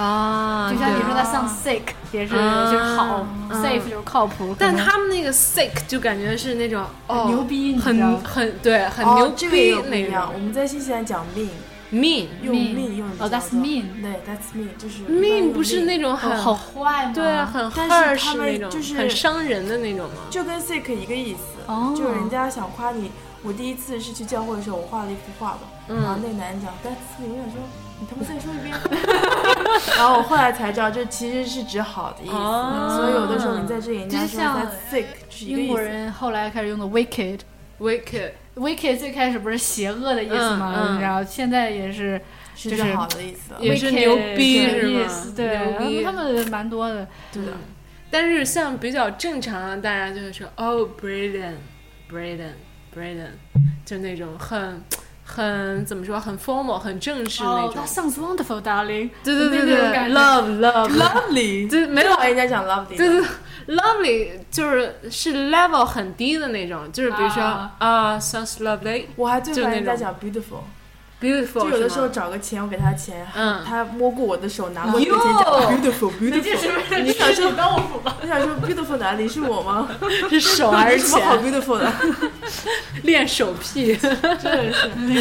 Speaker 1: 啊
Speaker 3: 就像你
Speaker 1: 对
Speaker 3: 说
Speaker 2: 的
Speaker 3: that sounds sick，也是
Speaker 1: 啊
Speaker 3: 就是好
Speaker 1: 嗯
Speaker 3: ，safe 就是靠谱。
Speaker 1: 但
Speaker 3: 可能
Speaker 1: 他们那个 sick 就感觉是那种哦
Speaker 3: 牛逼你知道
Speaker 1: 很
Speaker 3: 吗
Speaker 1: 很对，很
Speaker 2: 哦
Speaker 1: 牛
Speaker 2: 这个也
Speaker 1: 逼
Speaker 2: 有不
Speaker 1: 那
Speaker 2: 一样。我
Speaker 1: 种
Speaker 2: 们在新西兰讲命，
Speaker 1: mean
Speaker 2: 用
Speaker 3: Mean
Speaker 2: 命用的
Speaker 3: 哦
Speaker 2: 比较
Speaker 3: that's
Speaker 2: 多
Speaker 3: mean
Speaker 2: 对，that's mean 就是一般用
Speaker 1: mean 不是
Speaker 2: 命
Speaker 1: 那种
Speaker 3: 很
Speaker 1: 很
Speaker 3: 好坏吗？
Speaker 1: 对啊，很
Speaker 2: 哦但
Speaker 1: harsh
Speaker 2: 是他们
Speaker 1: 那种，
Speaker 2: 就是
Speaker 1: 很伤人的那种吗？
Speaker 2: 就跟 sick 一个意思，
Speaker 3: 哦
Speaker 2: 就是人家想夸你。我第一次是去教会的时候，我画了一幅画吧，
Speaker 1: 嗯
Speaker 2: 然啊后那个男人讲 that's me，我想说你他妈再说 一遍，然后我后来才知道这其实是指好的意思，
Speaker 1: 哦
Speaker 2: 所以有的时候你在这里人家
Speaker 3: 就
Speaker 2: 说
Speaker 3: 像
Speaker 2: that's sick 就是一个
Speaker 3: 英
Speaker 2: 意
Speaker 3: 国
Speaker 2: 思，
Speaker 3: 人后来开始用的 wicked。
Speaker 1: wicked
Speaker 3: Wicked 最开始不是邪恶的意思吗？
Speaker 1: 嗯嗯
Speaker 3: 然后现在也是
Speaker 2: 是
Speaker 3: 就
Speaker 2: 指
Speaker 3: 是
Speaker 2: 好的意思。
Speaker 1: 也是
Speaker 3: wicked
Speaker 1: 牛逼
Speaker 3: 的
Speaker 1: 是吗
Speaker 3: 意思，对，
Speaker 1: 牛逼
Speaker 3: 他们蛮多的，
Speaker 2: 对的，
Speaker 1: 但是像比较正常啊的，大家就会说哦，Braden，Braden，Braden，就那种很很怎么说，很 formal，很正式那
Speaker 3: 哦
Speaker 1: 种。
Speaker 3: ，That sounds wonderful, darling。
Speaker 1: 对对对
Speaker 3: 那
Speaker 1: 对
Speaker 3: 种感觉
Speaker 1: ，love love，
Speaker 2: Lovely，
Speaker 1: 就是没有
Speaker 2: 最好人家讲 lovely，
Speaker 1: 对
Speaker 2: 的
Speaker 1: 对对，lovely 就是是 level 很低的那种，就是比如说
Speaker 3: 啊
Speaker 1: 啊，sounds lovely，
Speaker 2: 我还最
Speaker 1: 就
Speaker 2: 烦
Speaker 1: 那
Speaker 2: 人家
Speaker 1: 种
Speaker 2: 讲 beautiful，
Speaker 1: beautiful，
Speaker 2: 就有的
Speaker 1: 是
Speaker 2: 时候
Speaker 1: 吗
Speaker 2: 找个钱，我给他钱，
Speaker 1: 嗯
Speaker 2: 他摸过我的手，拿过钱
Speaker 1: 哟
Speaker 2: 讲 beautiful beautiful，
Speaker 3: 为
Speaker 2: 你想说
Speaker 3: 豆腐吧？
Speaker 2: 我想说 beautiful 哪里是我吗？
Speaker 1: 是手还
Speaker 2: 有
Speaker 1: 是
Speaker 2: 什么好
Speaker 1: 钱？
Speaker 2: beautiful 的？
Speaker 1: 练手屁
Speaker 2: 真的是，
Speaker 1: 你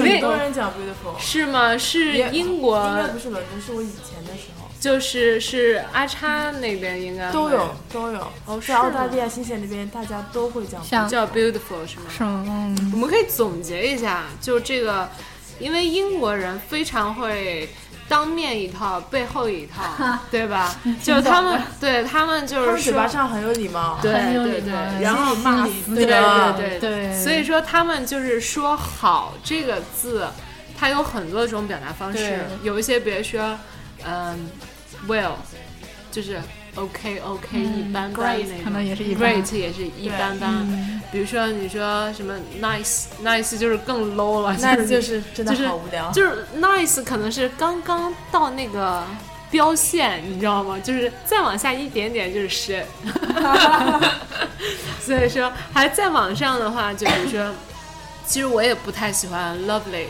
Speaker 2: 很
Speaker 1: 那
Speaker 2: 多人讲 beautiful，
Speaker 1: 是吗？是
Speaker 2: 也
Speaker 1: 英国
Speaker 2: 应该不是伦敦，是我以前的时候
Speaker 1: 就是是阿叉那边应该
Speaker 2: 都有
Speaker 1: 会
Speaker 2: 都有。
Speaker 1: 哦是
Speaker 2: 在澳大利亚、新西兰那边，大家都会讲 beautiful。
Speaker 3: 像
Speaker 1: 叫 beautiful 是吗？
Speaker 3: 什么？
Speaker 1: 我们可以总结一下，就这个，因为英国人非常会当面一套，背后一套， 对吧？就他们对他们就
Speaker 2: 他
Speaker 1: 是
Speaker 2: 们嘴
Speaker 1: 说
Speaker 2: 巴上很有礼貌，
Speaker 1: 对
Speaker 3: 很有
Speaker 1: 对
Speaker 3: 礼
Speaker 1: 对
Speaker 3: 貌，
Speaker 2: 然后骂死
Speaker 1: 对
Speaker 2: 你了。
Speaker 1: 对
Speaker 3: 对
Speaker 1: 所以说他们就是说“好”这个字，它有很多种表达方式
Speaker 3: 对，
Speaker 1: 有一些比如说，嗯，well，就是 OK OK、一般般
Speaker 3: 嗯 great，
Speaker 1: 那种
Speaker 3: 可能也是一般嗯
Speaker 1: great 也是一
Speaker 2: 对
Speaker 1: 般般。比如说你说什么 nice nice 就是更 low 了，
Speaker 2: 那
Speaker 1: 就是
Speaker 2: 就是真的好无聊。
Speaker 1: 就是 nice 可能是刚刚到那个标线，你知道吗？就是再往下一点点就是 shit。所以说，还再往上的话，就比如说，其实我也不太喜欢 lovely，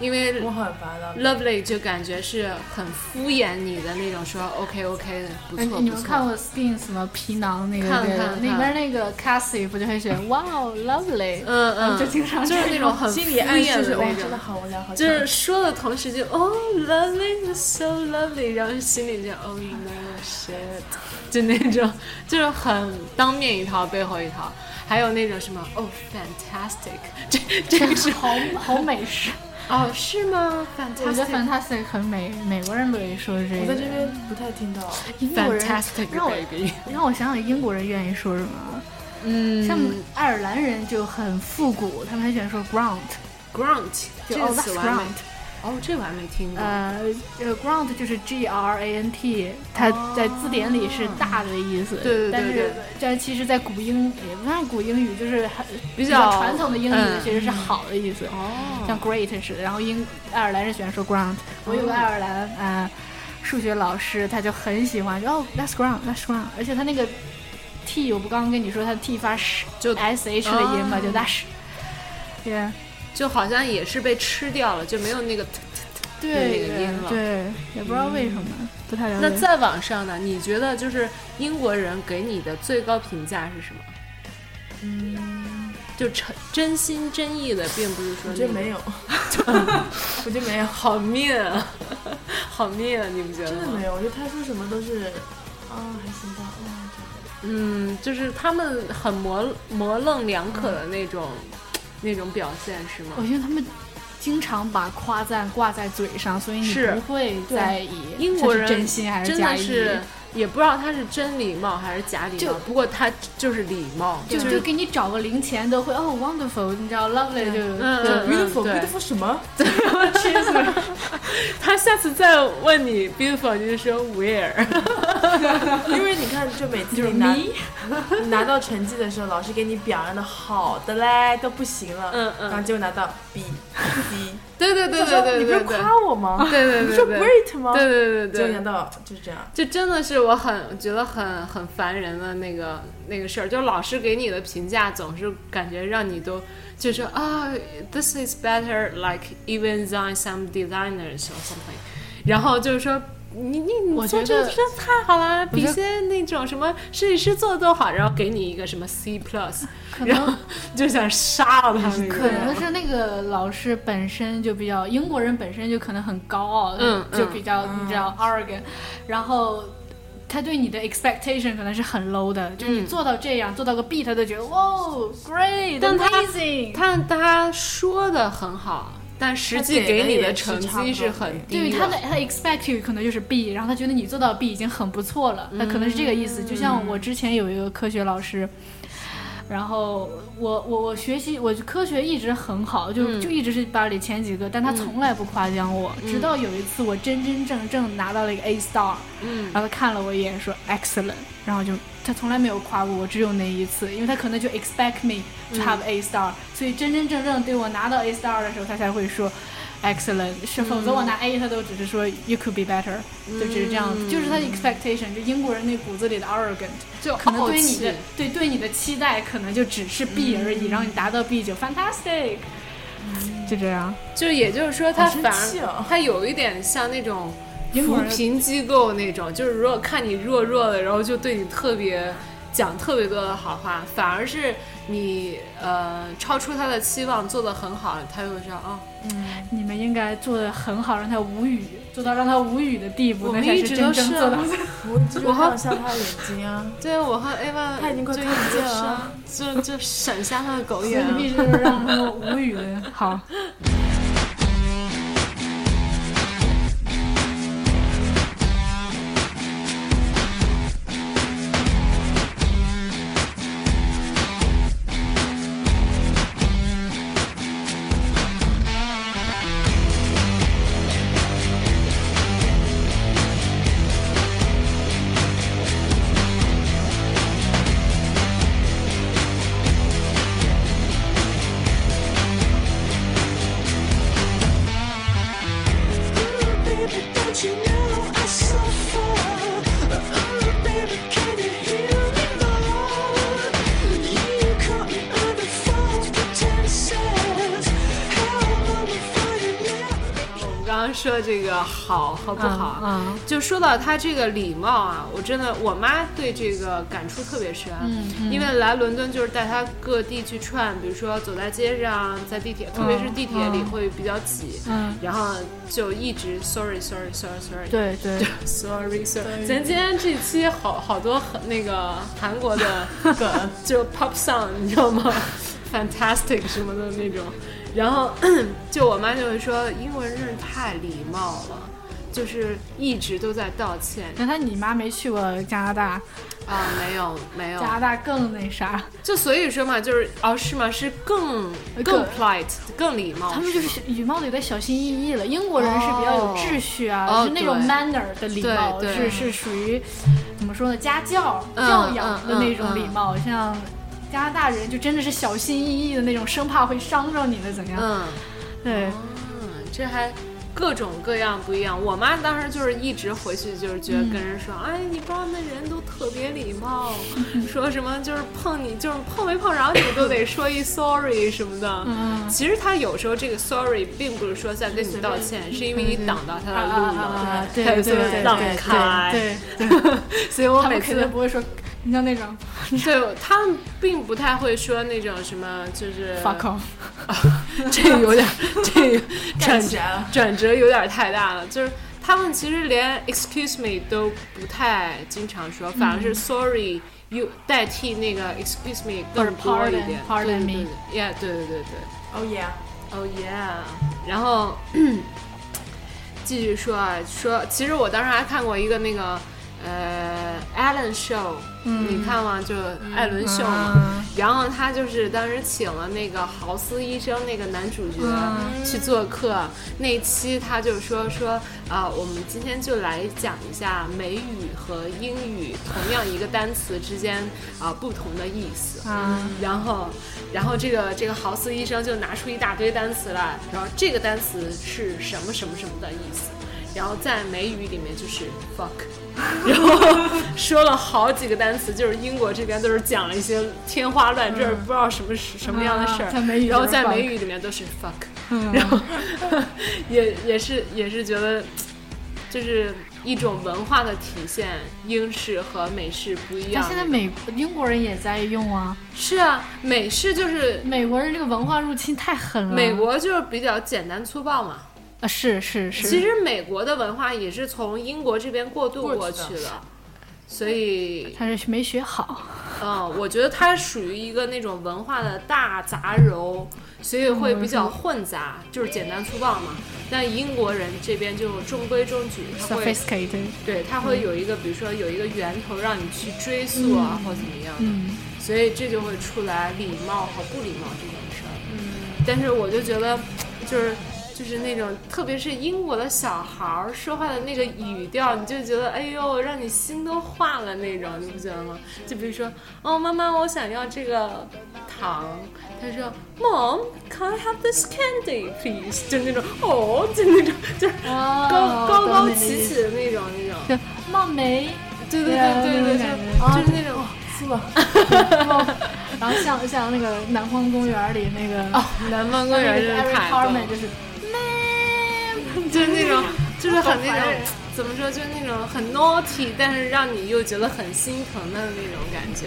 Speaker 1: 因为
Speaker 2: 我很烦啊了。
Speaker 1: lovely 就感觉是很敷衍你的那种说 OK OK 的，不
Speaker 3: 哎
Speaker 1: 错
Speaker 3: 你
Speaker 1: 不
Speaker 3: 们看
Speaker 1: 错。
Speaker 3: 过 Skins 吗？皮囊那个
Speaker 1: 看
Speaker 3: 对
Speaker 1: 看
Speaker 3: 那
Speaker 1: 看
Speaker 3: 边那个 Cassie 不就会写 Wow lovely，
Speaker 1: 嗯
Speaker 3: 然后
Speaker 1: 嗯，
Speaker 3: 就经常
Speaker 1: 就是那种很敷
Speaker 2: 心理暗
Speaker 1: 衍
Speaker 2: 示
Speaker 1: 的
Speaker 2: 是，
Speaker 1: 那
Speaker 2: 我
Speaker 1: 种
Speaker 2: 真的。好无聊，好
Speaker 1: 就是说的同时就哦，lovely so lovely，然后心里就哦 no shit，就那种就是很当面一套背后一套，还有那种什么哦 fantastic，这 这个 是
Speaker 3: 好好美式。
Speaker 1: 哦是吗
Speaker 3: 我觉得
Speaker 1: ？fantastic
Speaker 3: Fantastic 很美，美国人不也说这
Speaker 2: 我
Speaker 3: 个
Speaker 2: 在这？边不太听到。
Speaker 3: 英国人
Speaker 1: fantastic
Speaker 3: 让我
Speaker 1: baby，
Speaker 3: 让我想想，英国人愿意说什么？
Speaker 1: 嗯
Speaker 3: 像爱尔兰人就很复古，他们很喜欢说 grunt，
Speaker 1: grunt 这
Speaker 3: 就
Speaker 1: 个
Speaker 3: oh
Speaker 1: 词
Speaker 3: that's
Speaker 1: 我还没
Speaker 3: grunt，
Speaker 1: 哦这我还没听过，
Speaker 3: 呃呃 grunt 就是 g r a n t，它在字典里是大的意思，
Speaker 1: 哦对对对
Speaker 3: 但是
Speaker 1: 对
Speaker 3: 但其实，在古英也不算古英语，就是很
Speaker 1: 比
Speaker 3: 较
Speaker 1: 较
Speaker 3: 传统的英语
Speaker 1: 嗯
Speaker 3: 其实是好的意思，
Speaker 1: 哦
Speaker 3: 像 great 是，然后英爱尔兰人喜欢说 grunt，我
Speaker 1: 嗯
Speaker 3: 有个爱尔兰呃数学老师，他就很喜欢，哦 that's grunt，that's grunt，而且他那个 t 我不刚刚跟你说他 t 发 sh
Speaker 1: 就
Speaker 3: s h 的音嘛，
Speaker 1: 哦
Speaker 3: 就 that's，对
Speaker 1: 就好像也是被吃掉了，就没有那个 t- t- t-
Speaker 3: 对
Speaker 1: 那个音了
Speaker 3: 对，也不知道为什么，不太了解。
Speaker 1: 嗯那再往上呢？你觉得就是英国人给你的最高评价是什么？嗯，就诚真心真意的，并不是说
Speaker 2: 我觉得
Speaker 1: 那
Speaker 2: 没
Speaker 1: 种
Speaker 2: 有，我觉得没有，
Speaker 1: 好面啊， 好面啊，你不觉得
Speaker 2: 真的
Speaker 1: 吗
Speaker 2: 没？有。我觉得他说什么都是，啊，还行吧，哇，
Speaker 1: 嗯，就是他们很模模棱两可的那种、那种表现是吗
Speaker 2: 哦
Speaker 3: 我？觉得他们经常把夸赞挂在嘴上，所以你
Speaker 1: 是
Speaker 3: 不会在意
Speaker 1: 英国
Speaker 3: 这
Speaker 1: 人
Speaker 3: 是真心还是
Speaker 1: 真
Speaker 3: 假
Speaker 1: 的
Speaker 3: 意，
Speaker 1: 是也不知道他是真礼貌还是假礼貌
Speaker 3: 就，
Speaker 1: 不过他就是礼貌，
Speaker 3: 就就是给你找个零钱都会哦 wonderful，你知道 lovely 就
Speaker 1: 嗯
Speaker 3: 就
Speaker 1: 嗯
Speaker 2: beautiful
Speaker 1: 对
Speaker 2: beautiful 什么？
Speaker 1: 他下次再问你 beautiful，你就说 where。
Speaker 2: 因为你看，就每次你拿你拿到成绩的时候，老师给你表扬的好的嘞，都不行了，
Speaker 1: 嗯嗯
Speaker 2: 然后结果拿到 B、C、
Speaker 1: 对对对对对
Speaker 2: 你不
Speaker 1: 对
Speaker 2: 是
Speaker 1: 对，
Speaker 2: 夸我吗？
Speaker 1: 对对
Speaker 2: 你不
Speaker 1: 对
Speaker 2: 是
Speaker 1: 对
Speaker 2: great 吗？
Speaker 1: 对对对
Speaker 2: 就
Speaker 1: 对
Speaker 2: 念，到就是这样。
Speaker 1: 就真的是我很觉得很很烦人的那个那个事儿，就老师给你的评价总是感觉让你都就是啊、t h i s is better like even than some designers or something，然后就是说。你你
Speaker 3: 我
Speaker 1: 你做
Speaker 3: 觉
Speaker 1: 这个
Speaker 3: 得
Speaker 1: 真的太好了，
Speaker 3: 我
Speaker 1: 比
Speaker 3: 觉得
Speaker 1: 些那种什么设计师做的都好，然后给你一个什么 C plus，
Speaker 3: 可
Speaker 1: 然
Speaker 3: 能
Speaker 1: 后 就想杀了他那
Speaker 3: 可
Speaker 1: 个。
Speaker 3: 能是那个老师本身就比较英国人本身就可能很高傲，
Speaker 1: 嗯
Speaker 3: 就比较、你知道 arrogant，然后他对你的 expectation 可能是很 low 的，就是你
Speaker 1: 嗯
Speaker 3: 做到这样，做到个 B 他都觉得哇 great，
Speaker 1: 但他
Speaker 3: amazing。
Speaker 1: 他他说的很好，但实际
Speaker 2: 他给
Speaker 1: 给
Speaker 2: 的
Speaker 1: 你
Speaker 2: 也
Speaker 1: 的
Speaker 2: 是
Speaker 1: 成
Speaker 2: 差不
Speaker 1: 绩
Speaker 2: 多
Speaker 1: 是
Speaker 2: 的
Speaker 1: 很低
Speaker 3: 对于他的他 expect you 可能就是 B，然后他觉得你做到 B 已经很不错了，他可能是这个意思。就像
Speaker 1: 嗯
Speaker 3: 我之前有一个科学老师，然后我我我学习我科学一直很好，就、
Speaker 1: 嗯
Speaker 3: 就一直是班里前几个，但他从来不夸奖我，直到有一次我真真正正拿到了一个 A star，
Speaker 1: 嗯
Speaker 3: 然后他看了我一眼说 excellent，然后就他从来没有夸过我，只有那一次，因为他可能就 expect me
Speaker 1: 嗯
Speaker 3: to have A star，、所以真真正正对我拿到 A star 的时候，他才会说 excellent，是否则我
Speaker 1: 嗯
Speaker 3: 拿 A 他都只是说 you could be better，、就只是这样子，就是他的 expectation，就英国人那骨子里的 arrogant，
Speaker 1: 就
Speaker 3: 可能
Speaker 1: 傲
Speaker 3: 对你
Speaker 1: 气
Speaker 3: 的对对你的期待可能就只是 B
Speaker 1: 嗯
Speaker 3: 而已，然后你达到 B 就 fantastic，、就
Speaker 1: 嗯
Speaker 3: 这样，
Speaker 1: 就是也就是说，他
Speaker 2: 好生
Speaker 1: 反
Speaker 2: 气
Speaker 1: 而
Speaker 2: 哦
Speaker 1: 他有一点像那种
Speaker 3: 英国
Speaker 1: 扶
Speaker 3: 人
Speaker 1: 贫机构那种，就是如果看你弱弱的，然后就对你特别讲特别多的好话，反而是你呃超出他的期望做的很好，他就会说啊、
Speaker 3: 你们应该做的很好，让他无语，做到让他无语的地步，
Speaker 1: 我
Speaker 3: 那
Speaker 1: 们
Speaker 3: 才
Speaker 1: 一
Speaker 3: 是
Speaker 1: 直
Speaker 3: 真
Speaker 1: 都
Speaker 3: 正
Speaker 1: 是
Speaker 3: 做
Speaker 1: 啊
Speaker 3: 到。
Speaker 2: 我就是望向他的眼睛啊，
Speaker 1: 对我和 Ava
Speaker 2: 他已经快
Speaker 1: 就
Speaker 2: 看不见了
Speaker 1: 一直就就闪瞎他的狗
Speaker 3: 所以
Speaker 1: 眼
Speaker 3: 你
Speaker 1: 啊。
Speaker 3: 必须就是让他们无语的。 好，
Speaker 1: 我们刚刚说这个好和不好，啊
Speaker 3: 嗯
Speaker 1: 就说到他这个礼貌啊，我真的我妈对这个感触特别深，
Speaker 3: 嗯
Speaker 1: 因为来伦敦就是带她各地去串，比如说走在街上，在地铁，特别是地铁里
Speaker 3: 嗯
Speaker 1: 会比较挤，
Speaker 3: 嗯，
Speaker 1: 然后就一直 sorry sorry sorry sorry，
Speaker 3: 对对，
Speaker 1: Sorry, sorry。咱今天这期好好多很那个韩国的梗， 就 pop song，你知道吗？Fantastic 什么的那种。然后 就我妈就会说，英国人真是太礼貌了，就是一直都在道歉
Speaker 3: 那他你妈没去过加拿大，
Speaker 1: 啊，没有没有
Speaker 3: 加。拿大更那啥，
Speaker 1: 就所以说嘛，就是哦是吗？是更更
Speaker 3: 更
Speaker 1: polite，更礼貌。
Speaker 3: 呃他们就是礼貌的有点小心翼翼了。英国人是比较有秩序啊，
Speaker 1: 哦
Speaker 3: 是那种
Speaker 1: 对
Speaker 3: manner 的礼貌，
Speaker 1: 对
Speaker 3: 是
Speaker 1: 对
Speaker 3: 是属于怎么说呢，家教
Speaker 1: 嗯
Speaker 3: 教养的那种
Speaker 1: 嗯嗯
Speaker 3: 礼貌，像。加拿大人就真的是小心翼翼的那种，生怕会伤着你的怎样？
Speaker 1: 嗯。
Speaker 3: 对，
Speaker 1: 嗯，这还各种各样不一样。我妈当时就是一直回去就是觉得跟人说，哎，你不知道那人都特别礼 貌，说什么就是碰你就是碰没碰着你都得说一 sorry 什么的。
Speaker 3: 嗯
Speaker 1: 其实他有时候这个 sorry 并不是说在跟你道歉，是因为你挡到他的路了，
Speaker 3: 对
Speaker 1: 他
Speaker 3: 嗯对
Speaker 1: 就
Speaker 3: 对对
Speaker 1: 让
Speaker 3: 对
Speaker 1: 开。
Speaker 3: 对，
Speaker 1: 所以我
Speaker 3: 他
Speaker 1: 每
Speaker 3: 们肯
Speaker 1: 次
Speaker 3: 定不会说，你像那种
Speaker 1: 对他们并不太会说那种什么就是
Speaker 3: fuck off，
Speaker 1: 这个有点这个
Speaker 2: 站
Speaker 1: 转折
Speaker 2: 起来了。
Speaker 1: 转折有点太大了，就是他们其实连 excuse me 都不太经常说，反
Speaker 2: 嗯
Speaker 1: 而是 sorry you 代替那个 excuse me 更多一点。
Speaker 3: Pardon-
Speaker 1: 对
Speaker 3: pardon
Speaker 1: 对
Speaker 3: me
Speaker 1: 对，yeah，对对对对。
Speaker 2: Oh yeah，
Speaker 1: Oh yeah，然后继续说啊，说其实我当时还看过一个那个呃 Ellen Show，、你看吗？就艾伦秀嘛。
Speaker 3: 啊
Speaker 1: 然后他就是当时请了那个豪斯医生那个男主角
Speaker 3: 嗯
Speaker 1: 去做客，那一期他就说说啊、我们今天就来讲一下美语和英语同样一个单词之间啊、不同的意思。
Speaker 3: 啊
Speaker 1: 然后，然后这个这个豪斯医生就拿出一大堆单词来，然后这个单词是什么什么什么的意思，然后在美语里面就是 fuck，然后说了好几个单词，就是英国这边都是讲了一些天花乱坠，不知道什么是什么样的事儿、
Speaker 3: 嗯啊在美语
Speaker 1: 然后
Speaker 3: 就是
Speaker 1: 在
Speaker 3: fuck 嗯
Speaker 1: 美语里面都是 fuck，、然后也也是也是觉得就是一种文化的体现，英式和美式不一
Speaker 3: 但
Speaker 1: 样。
Speaker 3: 现在美英国人也在用啊，
Speaker 1: 是啊，美式就是
Speaker 3: 美国人这个文化入侵太狠了。
Speaker 1: 美国就是比较简单粗暴嘛。
Speaker 3: 啊，是是是，
Speaker 1: 其实美国的文化也是从英国这边过渡过去的，所以
Speaker 3: 他是没学好，
Speaker 1: 嗯，我觉得它属于一个那种文化的大杂糅，所以会比较混杂，就是简单粗暴嘛。但英国人这边就中规中矩，他会
Speaker 3: sophisticated。
Speaker 1: 对他会有一个，比如说有一个源头让你去追溯啊，或怎么样的。
Speaker 3: 嗯，
Speaker 1: 所以这就会出来礼貌和不礼貌这种事儿。嗯，但是我就觉得，就是就是那种，特别是英国的小孩儿说话的那个语调，你就觉得哎呦，让你心都化了那种，你不觉得吗？就比如说，哦，妈妈，我想要这个糖，他说，Mom，can I have this candy please？就那种，哦，就那种，就是
Speaker 3: 哦
Speaker 1: 高、高
Speaker 3: 懂
Speaker 1: 高
Speaker 3: 你的
Speaker 1: 起
Speaker 3: 意
Speaker 1: 起的那种那种，
Speaker 3: 就冒昧，
Speaker 1: 对对对
Speaker 3: 对那
Speaker 1: 对对，
Speaker 3: 种感觉
Speaker 1: 就就是那种。
Speaker 2: 是吧？
Speaker 3: 然后像像那个南方公园里那个
Speaker 1: 哦，南方公园真是
Speaker 3: Eric
Speaker 1: 太
Speaker 3: Carmen
Speaker 1: 棒
Speaker 3: 就是
Speaker 1: 就是那种，就是很那
Speaker 3: 好
Speaker 1: 种
Speaker 3: 烦人，
Speaker 1: 怎么说，就是那种很 naughty，但是让你又觉得很心疼的那种感觉，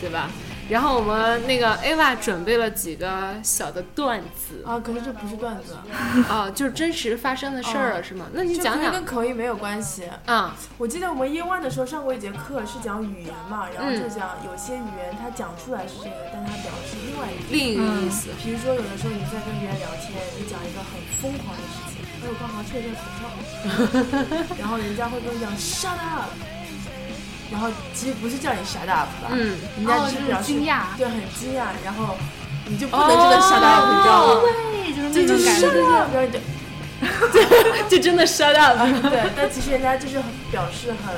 Speaker 1: 对吧？然后我们那个 Ava 准备了几个小的段子
Speaker 2: 啊，可是这不是段子，
Speaker 1: 啊，就是真实发生的事儿了，是吗？那你
Speaker 2: 这
Speaker 1: 讲
Speaker 2: 可是
Speaker 1: 讲
Speaker 2: 跟口音没有关系。
Speaker 1: 啊，
Speaker 2: 我记得我们 year one 的时候上过一节课，是讲语言嘛，然后就讲
Speaker 1: 嗯
Speaker 2: 有些语言它讲出来是这个，但它表示另外一个。
Speaker 1: 另一个意思，
Speaker 2: 比如说，有的时候你在跟别人聊天，你讲一个很疯狂的事情，哎，我刚好确认口罩，然后人家会跟你讲 shut up，然后其实不是叫你 shut up 吧，
Speaker 1: 嗯，
Speaker 2: 人家
Speaker 3: 哦
Speaker 2: 只
Speaker 3: 就是是
Speaker 2: 表示
Speaker 3: 惊讶
Speaker 2: 对，很惊讶，然后你就不能真的 shut up，你知道吗？
Speaker 3: 对，就是那
Speaker 2: 就
Speaker 3: 种感
Speaker 2: shut
Speaker 3: 觉。
Speaker 2: up，然后你就
Speaker 1: 就真的 shut up，
Speaker 2: 对，但其实人家就是很表示很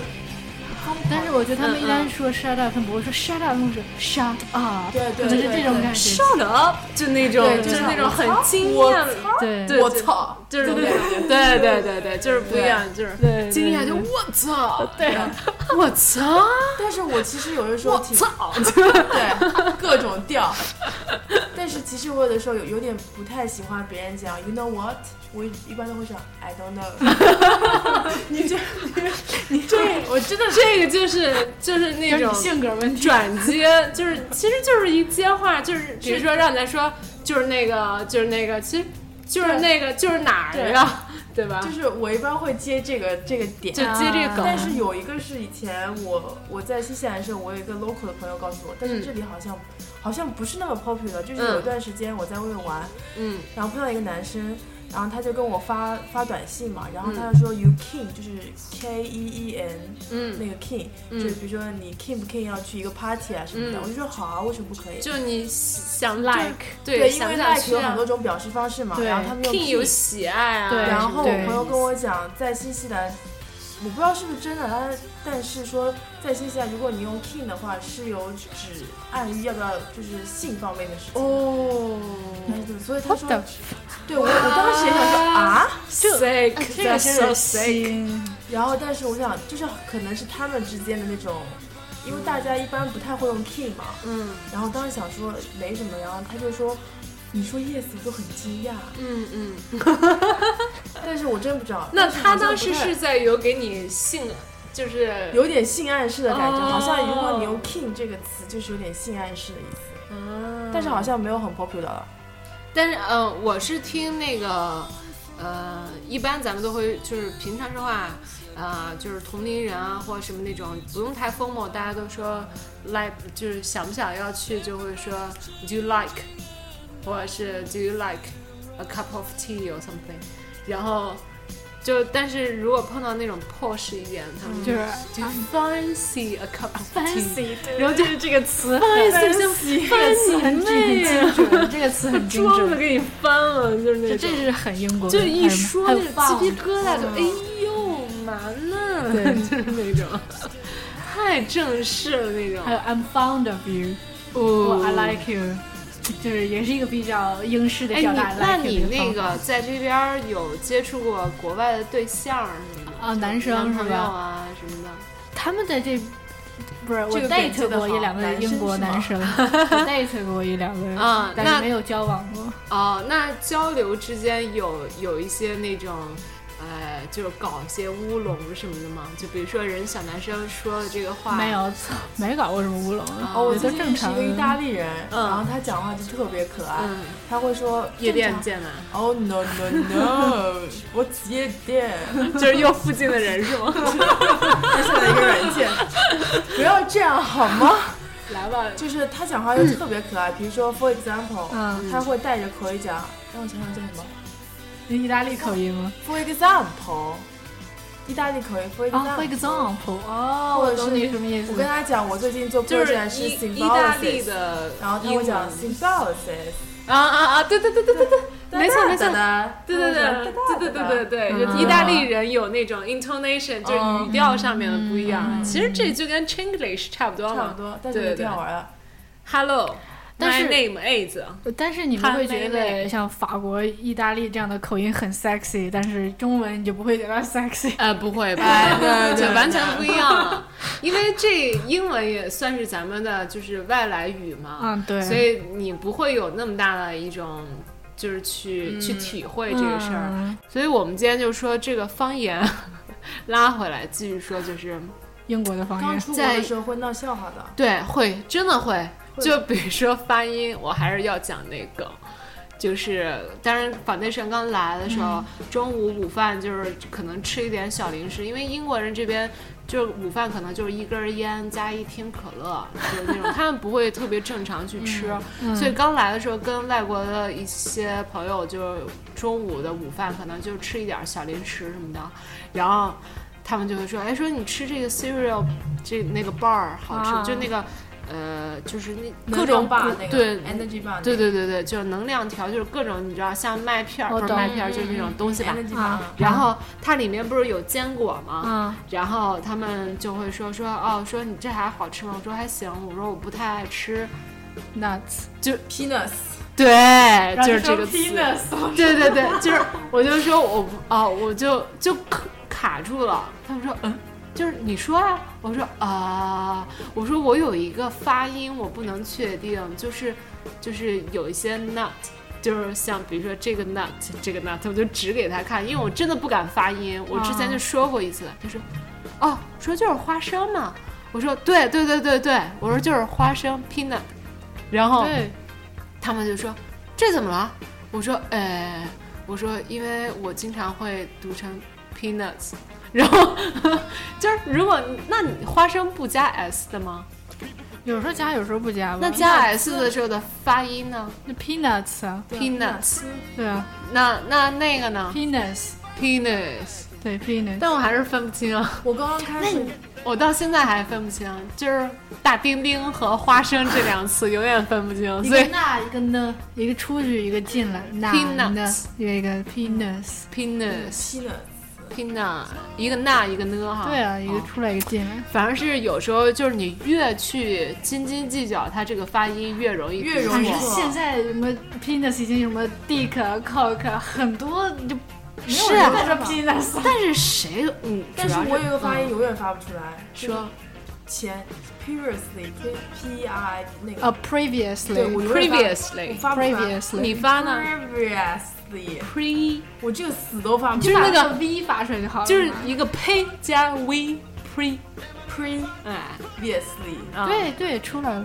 Speaker 2: 疯狂，
Speaker 3: 但是我觉得他们一
Speaker 1: 嗯
Speaker 3: 般说 shut up，他们不会说 shut up，他们说 shut up，
Speaker 2: 对对
Speaker 3: 可能是
Speaker 2: 对
Speaker 3: 这种
Speaker 2: 对
Speaker 3: 感觉。
Speaker 1: shut up，就那种，
Speaker 2: 对
Speaker 1: 就
Speaker 2: 就是是
Speaker 1: 那种很
Speaker 2: 我操
Speaker 1: 惊
Speaker 2: 我
Speaker 1: 艳，
Speaker 2: 操
Speaker 3: 对
Speaker 1: 对
Speaker 2: 我操，
Speaker 1: 就是那种感觉，对对对对，就是不一样，就是
Speaker 3: 对对
Speaker 1: 惊讶就
Speaker 3: 对
Speaker 1: 我操，对，我操。
Speaker 2: 但是我其实有的时候挺
Speaker 1: 操！
Speaker 2: 对各种调，但是其实我有的时候有有点不太喜欢别人讲 you know what，我一般都会说 I don't know，你 这你这我真的
Speaker 1: 这个就是就是那
Speaker 3: 就是
Speaker 1: 种
Speaker 3: 你性格问题。
Speaker 1: 转接，就是其实就是一接话，就是比如说让咱说就是那个就是那个，其实就是那个就是哪儿呀， 对吧啊
Speaker 2: 就？是我一般会接这个这个点
Speaker 1: 就。接这个
Speaker 2: 但
Speaker 1: 梗，
Speaker 2: 是有一个是以前我我在新西兰的时候，我有一个 local 的朋友告诉我，但是
Speaker 1: 嗯
Speaker 2: 这里好像、好像不是那么 popular，就是
Speaker 1: 嗯
Speaker 2: 有一段时间我在外面玩，
Speaker 1: 嗯
Speaker 2: 然后碰到一个男生，然后他就跟我发发短信嘛，然后他就说 you king 就是 K E E N
Speaker 1: 嗯，
Speaker 2: 那个 king，、就是比如说你 king 不 king 要去一个 party 啊什么的，
Speaker 1: 嗯
Speaker 2: 我就说好啊，为什么不可以？
Speaker 1: 就你想 like
Speaker 2: 对，因
Speaker 1: 想
Speaker 2: 为
Speaker 1: 想
Speaker 2: like
Speaker 1: 去
Speaker 2: 有很
Speaker 1: 啊
Speaker 2: 多种表示方式嘛，
Speaker 3: 对
Speaker 2: 然后他们用
Speaker 1: king 有喜爱啊，
Speaker 3: 对
Speaker 2: 然后我
Speaker 3: 对
Speaker 2: 朋友跟我讲，在新西兰，我不知道是不是真的，但是但是说在新西兰，如果你用 king 的话，是有指暗喻要不要就是性方面的事情。
Speaker 1: 哦，
Speaker 2: 对，所以他说
Speaker 3: What the-，
Speaker 2: 对我我当时也想说啊，
Speaker 1: ，sick，
Speaker 3: 这个
Speaker 1: that's
Speaker 3: 真
Speaker 1: so
Speaker 3: 的
Speaker 1: sick，
Speaker 3: 心
Speaker 2: 然后但是我想就是可能是他们之间的那种，因为大家一般不太会用 king 嘛，
Speaker 1: 嗯
Speaker 2: 然后当时想说没什么，然后他就说。你说 yes，我就很惊讶，
Speaker 1: 嗯嗯。
Speaker 2: 但是我真不知道。
Speaker 1: 那
Speaker 2: 但是
Speaker 1: 他
Speaker 2: 好像
Speaker 1: 当
Speaker 2: 不
Speaker 1: 时
Speaker 2: 太
Speaker 1: 是在有给你性，就是
Speaker 2: 有点性暗示的感觉，
Speaker 1: 哦
Speaker 2: 好像如果你用 king 这个词，就是有点性暗示的意思，
Speaker 3: 嗯
Speaker 1: 啊
Speaker 2: 但是好像没有很 popular 了。
Speaker 1: 但是呃，我是听那个呃，一般咱们都会就是平常说话，呃，就是同龄人啊或者什么那种，不用太 formal，大家都说 like，就是想不想要去就会说 do you like，或者是 do you like a cup of tea or something，然后就但是如果碰到那种 posh 一点，他们
Speaker 3: 就是啊
Speaker 1: Do you fancy a cup of tea？
Speaker 3: fancy，然后就是这个词很，
Speaker 1: fancy 翻你
Speaker 3: 很
Speaker 1: 妹
Speaker 3: 精
Speaker 1: 啊！
Speaker 3: 准，这个词很精
Speaker 1: 桌子
Speaker 3: 准，
Speaker 1: 给你翻了，就是那种
Speaker 3: 这这，是很英国，
Speaker 1: 就一
Speaker 3: 很
Speaker 1: 说
Speaker 3: 很
Speaker 1: 那鸡
Speaker 3: 棒
Speaker 1: 皮疙瘩就
Speaker 2: 嗯
Speaker 1: 哎呦嘛呢，
Speaker 3: 对
Speaker 1: 就是那种太正式了那种。
Speaker 3: 还有 I'm fond of you，
Speaker 1: 哎哦
Speaker 3: 我 I like you，就是也是一个比较英式的
Speaker 1: 哎，
Speaker 3: 表
Speaker 1: 你
Speaker 3: 达。
Speaker 1: 那
Speaker 3: like you
Speaker 1: 你
Speaker 3: 的
Speaker 1: 那
Speaker 3: 方法
Speaker 1: 个在这边儿有接触过国外的对象儿什么的
Speaker 3: 啊男生
Speaker 1: 男朋
Speaker 3: 是
Speaker 1: 友
Speaker 3: 吧
Speaker 1: 啊什么的？
Speaker 3: 他们在这不是我
Speaker 2: 这个梗
Speaker 3: date
Speaker 2: 真的
Speaker 3: 过一
Speaker 2: 好
Speaker 3: 两个
Speaker 2: 男
Speaker 3: 英
Speaker 2: 生
Speaker 3: 国
Speaker 2: 是吗
Speaker 3: 男生我，date 过一两个人，
Speaker 1: 啊
Speaker 3: 但
Speaker 1: 那
Speaker 3: 是没有交往过。
Speaker 1: 哦，那交流之间有有一些那种，呃，就是搞一些乌龙什么的吗？就比如说人小男生说的这个话，
Speaker 3: 没，有，没搞过什么乌龙，
Speaker 2: 哦，我
Speaker 3: 觉
Speaker 2: 最
Speaker 3: 得
Speaker 2: 近
Speaker 3: 正
Speaker 2: 认识
Speaker 3: 常
Speaker 2: 一。个意大利人，
Speaker 1: 嗯
Speaker 2: 然后他讲话就特别可爱，
Speaker 1: 嗯，
Speaker 2: 他会说
Speaker 1: 夜店
Speaker 2: 正常
Speaker 1: 见吗？
Speaker 2: Oh no no no！What's 夜店？
Speaker 1: 就是又附近的人是吗？
Speaker 2: 下了一个软件，不要这样好吗？
Speaker 1: 来吧，
Speaker 2: 就是他讲话就特别可爱，比如说 for example，、
Speaker 3: 嗯，
Speaker 2: 他会带着口音讲，让我想想叫什么
Speaker 3: 意大利口音吗？
Speaker 2: ？for example，意大利口音 for
Speaker 3: 啊
Speaker 2: example。
Speaker 3: ，for example，哦，
Speaker 2: 或
Speaker 3: 我
Speaker 2: 者是
Speaker 3: 懂你什么意思
Speaker 2: 我。跟他讲，我最近做
Speaker 1: 就是
Speaker 2: project 是
Speaker 1: 意
Speaker 2: s y
Speaker 1: 意
Speaker 2: m b o l
Speaker 1: 大
Speaker 2: i c
Speaker 1: 利
Speaker 2: i s
Speaker 1: 的
Speaker 2: 然后他
Speaker 1: 英
Speaker 2: 会
Speaker 1: 文
Speaker 2: 讲 s y m b o l i c i s
Speaker 1: 啊啊啊！对对对对对对，没错没错
Speaker 2: 哒哦
Speaker 1: 对对对对对对对对，就
Speaker 3: 嗯
Speaker 1: 意大利人有那种 intonation，就是语调上面的不一样。啊其实这就跟 Chinglish 差不多
Speaker 2: 哦差不
Speaker 1: 嘛。
Speaker 2: 多，但是也挺好玩的。
Speaker 3: 但
Speaker 1: Hello，my
Speaker 3: 是
Speaker 1: name is。
Speaker 3: 但是你们
Speaker 1: 看
Speaker 3: 会觉
Speaker 1: 妹妹
Speaker 3: 得像法国、意大利这样的口音很 sexy，但是中文你就不会觉得 sexy。
Speaker 1: 呃，不会，不
Speaker 2: 哎
Speaker 1: 会，
Speaker 2: 对
Speaker 1: 就
Speaker 2: 对
Speaker 1: 完全不一样啊了。 因为这英文也算是咱们的就是外来语嘛，
Speaker 3: 嗯，对。
Speaker 1: 所以你不会有那么大的一种就是去、去体会这个事儿。
Speaker 3: 嗯
Speaker 1: 所以我们今天就说这个方言 拉回来，继续说就是
Speaker 3: 英国的方
Speaker 2: 刚
Speaker 3: 言，
Speaker 2: 出国的时候会闹笑话的，
Speaker 1: 对，会真的会。
Speaker 2: 会
Speaker 1: 就比如说发音，我还是要讲那个，就是当然 foundation 刚来的时候，
Speaker 2: 嗯
Speaker 1: 中午午饭就是可能吃一点小零食，因为英国人这边。就是午饭可能就是一根烟加一听可乐，就是那种他们不会特别正常去吃，
Speaker 2: 嗯
Speaker 1: 所以刚来的时候跟外国的一些朋友，就是中午的午饭可能就吃一点小零食什么的，然后他们就会说，哎，说你吃这个 cereal 这那个 bar 好吃，
Speaker 3: 啊
Speaker 1: 就那个呃，就是那各种
Speaker 2: 能量吧
Speaker 1: 谷
Speaker 2: 那个
Speaker 1: 对
Speaker 2: energy bar，
Speaker 1: 对对对对，就是能量条，就是各种你知道像麦片儿
Speaker 3: 我
Speaker 1: 不是
Speaker 3: 懂
Speaker 1: 麦片儿，就是那种东西吧。
Speaker 2: energy
Speaker 3: 啊
Speaker 2: bar，
Speaker 1: 然后它里面不是有坚果吗？
Speaker 3: 嗯，
Speaker 1: 然后他们就会说说哦，说你这还好吃吗？我说还行，我说我不太爱吃。
Speaker 3: nuts，
Speaker 2: peanuts，
Speaker 1: 对，
Speaker 3: 然后
Speaker 1: 就是这
Speaker 3: 说
Speaker 1: 个词。
Speaker 3: penis，
Speaker 1: 对对对，就是我就说我不哦，我就就卡卡住了。他们说嗯，就是你说啊，我说啊、我说我有一个发音我不能确定，就是就是有一些 nut。就是像比如说这个 nut 这个 nut，我就指给他看，因为我真的不敢发音。我之前就说过一次，他说，哦，说就是花生嘛。我说对对对对对，我说就是花生 peanut。然后
Speaker 3: 对，
Speaker 1: 他们就说这怎么了？我说呃，我说因为我经常会读成 peanuts，然后 就是如果那你花生不加 s 的吗？
Speaker 3: 嗯有时候加，有时候不加吧。
Speaker 1: 那加 s 的时候的发音呢
Speaker 3: 那 peanuts 啊，
Speaker 1: ？peanuts，
Speaker 3: 对啊
Speaker 1: 那那那个呢
Speaker 3: ，penis，
Speaker 1: ？peanuts，
Speaker 3: 对 penis，
Speaker 1: 但我还是分不清啊，
Speaker 2: 我刚刚开始
Speaker 1: 我到现在还分不清，啊就是大丁丁和花生这两词永远分不清，
Speaker 3: 一
Speaker 1: 所
Speaker 3: 个
Speaker 1: 以
Speaker 3: 那一个呢，一个出去，一个进来，那
Speaker 1: Peanuts
Speaker 3: 呢，一个 penis，
Speaker 1: peanuts。
Speaker 2: peanuts，
Speaker 1: peanut 一个那一个呢哈，
Speaker 3: 对啊，一个
Speaker 1: 哦
Speaker 3: 出来，一个进来，
Speaker 1: 反正是有时候就是你越去斤斤计较，它这个发音越容易
Speaker 2: 越
Speaker 1: 读
Speaker 2: 容
Speaker 3: 但
Speaker 2: 易
Speaker 1: 错
Speaker 3: 是
Speaker 2: 没错
Speaker 3: 现在什么 penis 已经什么 dick 啊、cock 啊很多你就没有
Speaker 1: 是
Speaker 3: 人
Speaker 1: 啊
Speaker 3: 在说 penis，
Speaker 1: 但是谁嗯，
Speaker 2: 但
Speaker 1: 主
Speaker 2: 是
Speaker 1: 要
Speaker 2: 我有个发音
Speaker 1: 嗯
Speaker 2: 永远发不出来，
Speaker 1: 说
Speaker 2: 前 previously p p i 那个
Speaker 3: 啊
Speaker 2: 对我
Speaker 3: previously
Speaker 2: 永远发我
Speaker 1: 哦 previously，
Speaker 2: 发不出来。
Speaker 1: 你
Speaker 3: previously，
Speaker 1: 发呢
Speaker 2: previously，
Speaker 1: pre
Speaker 2: 我这个死都发不
Speaker 3: 就
Speaker 2: 出
Speaker 3: 是
Speaker 2: 来。
Speaker 3: 那个 v 发出来就好了嘛，
Speaker 1: 就是一个呸加 v pre 哎
Speaker 2: previously，previously，
Speaker 1: 啊。
Speaker 3: 对对出来了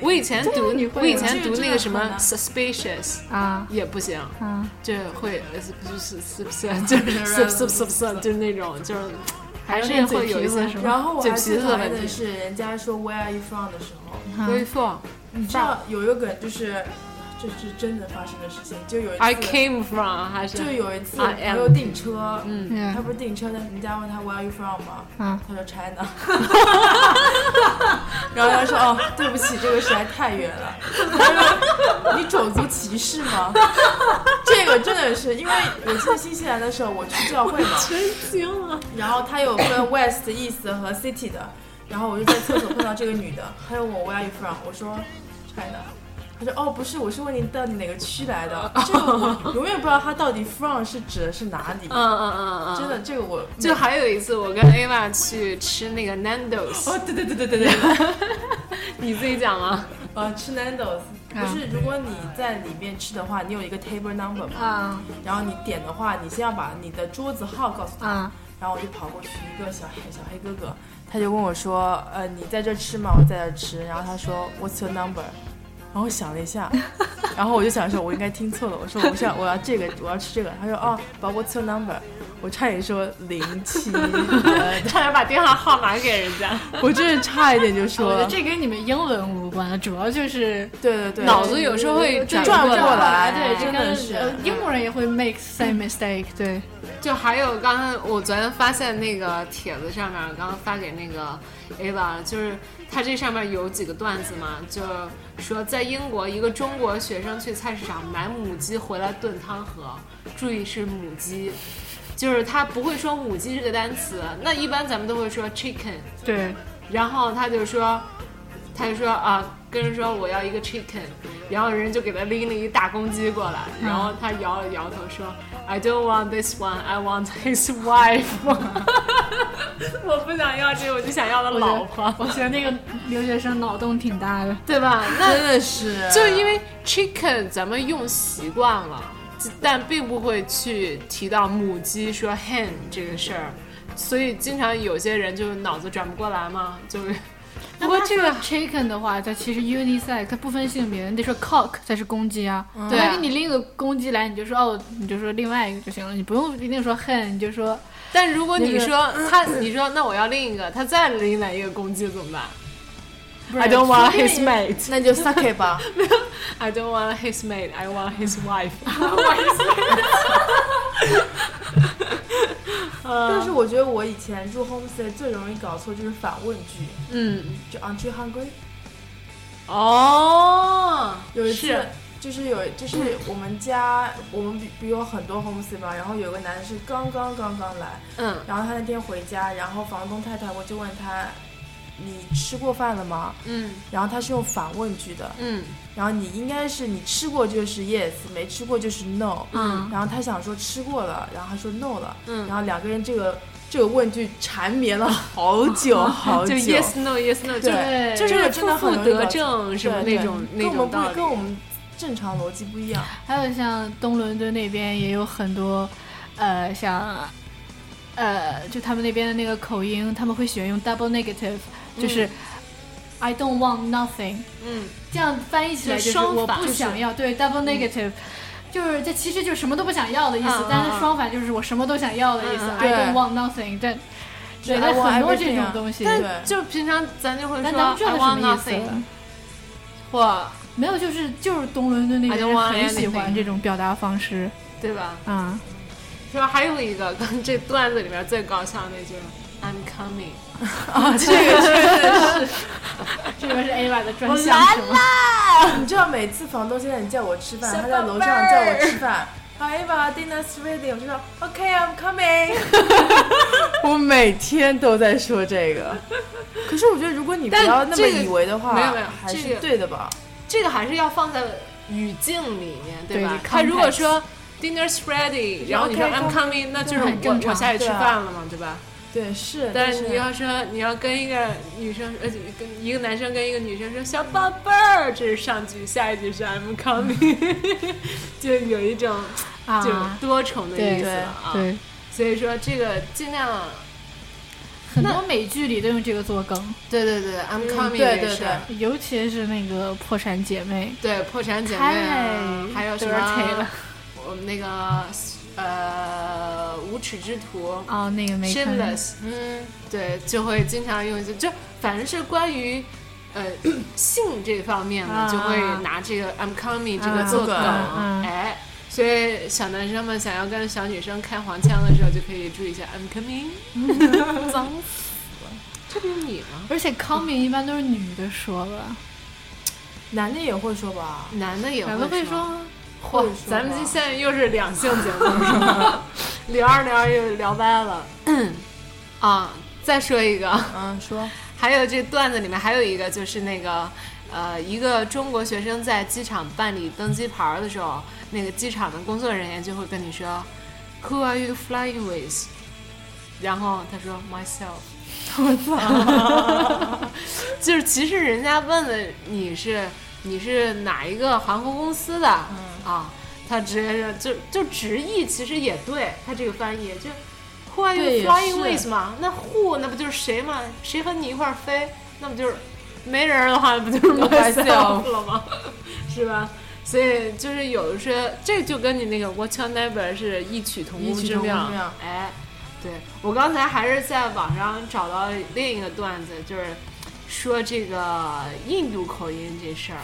Speaker 1: 我以前读
Speaker 3: 你会
Speaker 1: 我以前
Speaker 2: 这
Speaker 1: 读
Speaker 2: 个
Speaker 1: 那
Speaker 2: 真
Speaker 1: 个
Speaker 2: 的
Speaker 1: 什
Speaker 2: 很
Speaker 1: 么
Speaker 2: 难
Speaker 1: suspicious
Speaker 3: 啊
Speaker 1: 也不行，
Speaker 3: 啊，
Speaker 1: 这会呃是不是是是不是就是是是是不是就是那种就是还是
Speaker 3: 有点
Speaker 1: 会
Speaker 3: 嘴
Speaker 1: 有一
Speaker 3: 皮子
Speaker 1: 些
Speaker 3: 是吧？
Speaker 2: 然后我
Speaker 1: 嘴
Speaker 2: 还
Speaker 1: 皮
Speaker 2: 最
Speaker 1: 子
Speaker 2: 讨
Speaker 1: 问
Speaker 2: 厌的
Speaker 1: 题
Speaker 2: 是人家说 Where are you from 的时候，
Speaker 1: 微放
Speaker 2: 你知道有一个梗就是这是真的发生的事情。就有一次
Speaker 1: I came from 还是
Speaker 2: 就有一次
Speaker 1: I
Speaker 2: 朋
Speaker 1: am
Speaker 2: 友订车，
Speaker 1: 嗯，
Speaker 3: 嗯
Speaker 2: 他不是订车，但人家问他 Where are you from 吗？
Speaker 3: 嗯
Speaker 2: 他说 China，然后他说哦，对不起，这个实在太远了。他说你种族歧视吗？ 这个真的是，因为我记得新西兰的时候我去教会嘛，
Speaker 1: 真惊了，
Speaker 2: 然后他有 分 West、East 和 City 的，然后我就在厕所碰到这个女的，她问我 Where are you from？我说 China。她说哦不是，我是问你到底哪个区来的。这个 我永远不知道她到底 from 是指的是哪里。
Speaker 1: 嗯嗯嗯嗯，
Speaker 2: 真的，这个我
Speaker 1: 就还有一次，我跟 Ava 去吃那个 Nando's，
Speaker 2: 哦，对对对对对对，
Speaker 1: 你自己讲吗？
Speaker 2: 呃，吃 Nando's，不是，如果你在里面吃的话，你有一个 table number 嘛，
Speaker 3: 啊
Speaker 2: 然后你点的话，你先要把你的桌子号告诉他，
Speaker 3: 啊
Speaker 2: 然后我就跑过去，一个小黑小黑哥哥，他就问我说，呃，你在这吃吗？我在这吃，然后他说 What's your number？然后我想了一下， 然后我就想说，我应该听错了，我说我不是要我要这个，我要吃这个，他说哦，把 What's your number？我差点说零 七，
Speaker 1: 差点把电话号码给人家，
Speaker 2: 我真的差一点就说
Speaker 3: 我觉得
Speaker 2: 了，
Speaker 3: 这跟你们英文无关，主要就是
Speaker 2: 对对对，
Speaker 1: 脑子有时候会
Speaker 3: 这
Speaker 1: 转
Speaker 2: 转
Speaker 1: 过
Speaker 2: 过
Speaker 1: 来
Speaker 2: 来。
Speaker 3: 对，这
Speaker 2: 真
Speaker 3: 跟
Speaker 2: 的是
Speaker 3: 呃英国人也会 make same mistake，对，
Speaker 1: 就还有刚才我昨天发现那个帖子上面，刚刚发给那个 Ava，就是他这上面有几个段子嘛，就说在英国一个中国学生去菜市场买母鸡回来炖汤喝，注意是母鸡，就是他不会说母鸡这个单词，那一般咱们都会说 chicken。
Speaker 3: 对，
Speaker 1: 然后他就说，他就说啊，跟人说我要一个 chicken，然后人就给他拎了一大公鸡过来，然
Speaker 3: 嗯
Speaker 1: 后他摇了摇头说，I don't want this one, I want his wife 。我不想要这个，我就想要的
Speaker 3: 我觉得
Speaker 1: 老婆，
Speaker 3: 我觉得那个留学生脑洞挺大的，
Speaker 1: 对吧？那
Speaker 2: 真的是，
Speaker 1: 就因为 chicken 咱们用习惯了，但并不会去提到母鸡说 hen 这个事儿，所以经常有些人就脑子转不过来嘛，就
Speaker 3: 不过这个 chicken 的话，它其实 unisex，它不分性别，你得说 cock 才是公鸡啊。
Speaker 1: 对
Speaker 3: 它给你另一个公鸡来，你就说哦，你就说另外一个就行了，你不用一定说 hen，你就说
Speaker 1: 但如果你
Speaker 3: 那个
Speaker 1: 说
Speaker 2: 嗯
Speaker 1: 他，你说那我要另一个，他再拎来一个公鸡怎么办
Speaker 2: 不是
Speaker 1: ？I don't want his mate.
Speaker 2: 那就 suck 吧。
Speaker 1: I don't want his mate. I want his wife.
Speaker 2: 但是我觉得我以前住 homestay 最容易搞错就是反问句，
Speaker 1: 嗯，
Speaker 2: 就 Aren't you hungry？
Speaker 1: 哦，
Speaker 2: 有一次
Speaker 1: 是
Speaker 2: 就是有就是我们家我们比比有很多 homestay 嘛，然后有个男的是刚刚刚刚来，
Speaker 1: 嗯
Speaker 2: 然后他那天回家，然后房东太太我就问他，你吃过饭了吗？
Speaker 1: 嗯
Speaker 2: 然后他是用反问句的，
Speaker 1: 嗯
Speaker 2: 然后你应该是你吃过就是 yes，没吃过就是 no。
Speaker 1: 嗯
Speaker 2: 然后他想说吃过了，然后他说 no 了，
Speaker 1: 嗯
Speaker 2: 然后两个人这个这个问句缠绵了好 久好久。
Speaker 1: 嗯就 yes no yes no，就
Speaker 2: 对
Speaker 1: 就
Speaker 2: 这
Speaker 1: 是
Speaker 2: 个真的
Speaker 1: 负
Speaker 2: 很
Speaker 1: 负
Speaker 2: 容易
Speaker 1: 得
Speaker 2: 搞
Speaker 1: 正什么
Speaker 2: 对
Speaker 1: 那种
Speaker 2: 对
Speaker 1: 那
Speaker 2: 跟我
Speaker 1: 种
Speaker 2: 们
Speaker 1: 道
Speaker 2: 不
Speaker 1: 理
Speaker 2: 跟。我们正常逻辑不一样。
Speaker 3: 还有像东伦敦那边也有很多，呃，像，呃，就他们那边的那个口音，他们会喜欢用 double negative，就是、I don't want nothing，
Speaker 1: 嗯，
Speaker 3: 这样翻译起来
Speaker 1: 就
Speaker 3: 就是是
Speaker 1: 双
Speaker 3: 我
Speaker 1: 反
Speaker 3: 不想要，对 double negative，、就是这其实就是什么都不想要的意思，
Speaker 1: 嗯嗯
Speaker 3: 但是双反就是我什么都想要的意思、
Speaker 1: 嗯嗯
Speaker 3: i
Speaker 2: 对
Speaker 3: don't want nothing，但
Speaker 2: 对
Speaker 3: 对，
Speaker 2: I
Speaker 3: 但
Speaker 2: want
Speaker 3: 很多
Speaker 2: everything
Speaker 3: 这种
Speaker 2: 啊
Speaker 3: 东西，
Speaker 2: 但
Speaker 3: 对
Speaker 1: 就平常咱就会说
Speaker 3: 但咱们
Speaker 1: I
Speaker 3: 知道什
Speaker 1: want
Speaker 3: 么意
Speaker 2: 啊
Speaker 3: 思
Speaker 1: nothing，或
Speaker 3: 没有，就是就是东伦敦那
Speaker 1: I
Speaker 3: 边
Speaker 1: don't
Speaker 3: 人
Speaker 1: want
Speaker 3: 很喜欢
Speaker 1: anything
Speaker 3: 这种表达方式
Speaker 1: 对吧？
Speaker 3: 啊、
Speaker 1: 说还有一个，刚这段子里面最搞笑的那句，I'm coming。
Speaker 2: 啊，这个
Speaker 3: 这个是 Ava 的专
Speaker 1: 我
Speaker 3: 项
Speaker 1: 来
Speaker 3: 是吗？
Speaker 2: 你知道每次房东现在你叫我吃饭，他在楼上叫我吃饭。However, dinner's ready，我就说 OK, I'm coming 。 我每天都在说这 个，可是我觉得如果你不
Speaker 1: 但
Speaker 2: 要那么
Speaker 1: 这个
Speaker 2: 以为的话，
Speaker 1: 没有没有
Speaker 2: 还
Speaker 1: 这
Speaker 2: 是
Speaker 1: 个
Speaker 2: 对的吧？
Speaker 1: 这个还是要放在语境里面，对吧？
Speaker 3: 对
Speaker 1: 他如果
Speaker 3: context
Speaker 1: 说 dinner's ready，然后你说
Speaker 2: OK，
Speaker 1: I'm
Speaker 2: 公
Speaker 1: coming，那就是
Speaker 3: 很
Speaker 1: 我
Speaker 3: 正常
Speaker 1: 我下去吃
Speaker 2: 对啊
Speaker 1: 饭了嘛，对吧？
Speaker 2: 对，是。
Speaker 1: 但是你要说你要跟一个女生，呃，跟一个男生跟一个女生说小宝贝儿，这是上句，下一句是 I'm coming，就有一种
Speaker 3: 啊
Speaker 1: 就多重的
Speaker 3: 对
Speaker 1: 意思了啊。
Speaker 3: 对，
Speaker 1: 所以说这个尽量，
Speaker 3: 很多美剧里都用这个做梗，
Speaker 1: 对对对，I'm
Speaker 2: 嗯
Speaker 1: coming
Speaker 2: 对
Speaker 1: 也
Speaker 2: 对
Speaker 1: 是
Speaker 2: 对。
Speaker 3: 尤其是那个破产姐妹，
Speaker 1: 对，破产姐妹啊，
Speaker 3: 太
Speaker 1: 还有什
Speaker 3: dirty
Speaker 1: 么
Speaker 3: 了？
Speaker 1: 我们那个呃，无耻之徒
Speaker 3: 哦，那个没看。
Speaker 1: ，Shameless，嗯，对，就会经常用一些，就反正是关于呃性这方面
Speaker 3: 啊
Speaker 1: 呢，就会拿这个 I'm coming 这个
Speaker 3: 啊
Speaker 1: 做
Speaker 2: 做
Speaker 1: 梗
Speaker 2: 梗，
Speaker 3: 嗯
Speaker 1: 哎。所以小男生们想要跟小女生开黄腔的时候，就可以注意一下 I'm coming，脏
Speaker 3: 嗯
Speaker 1: 死了，这不是你吗？
Speaker 3: 而且 coming 一般都是女的说吧，
Speaker 2: 男的也会说吧？
Speaker 1: 男的也
Speaker 3: 男的
Speaker 1: 会
Speaker 3: 会说，啊
Speaker 1: 嚯
Speaker 2: 会说，
Speaker 1: 咱们
Speaker 2: 吧
Speaker 1: 这现在又是两性节目是吧，聊着聊着又聊歪了。啊，再说一个，
Speaker 2: 嗯，说
Speaker 1: 还有这段子里面还有一个就是那个，呃，一个中国学生在机场办理登机牌儿的时候，那个机场的工作人员就会跟你说，Who are you flying with？然后他说 myself。我 操！就是其实人家问的你是你是哪一个航空公司的、
Speaker 2: 嗯
Speaker 1: 啊？他直接说就就直译，其实也对他这个翻译就 Who are you
Speaker 2: 对也
Speaker 1: flying
Speaker 2: 是
Speaker 1: with 嘛，那 who 那不就是谁嘛？谁和你一块儿飞，那不就是没人儿的话，不就是 myself 了吗？是吧？所以就是有的是，这就跟你那个 What's your neighbor 是异曲同工
Speaker 2: 异曲
Speaker 1: 之
Speaker 2: 同工
Speaker 1: 妙。
Speaker 2: 之妙
Speaker 1: 哎，对我刚才还是在网上找到另一个段子，就是说这个印度口音这事儿，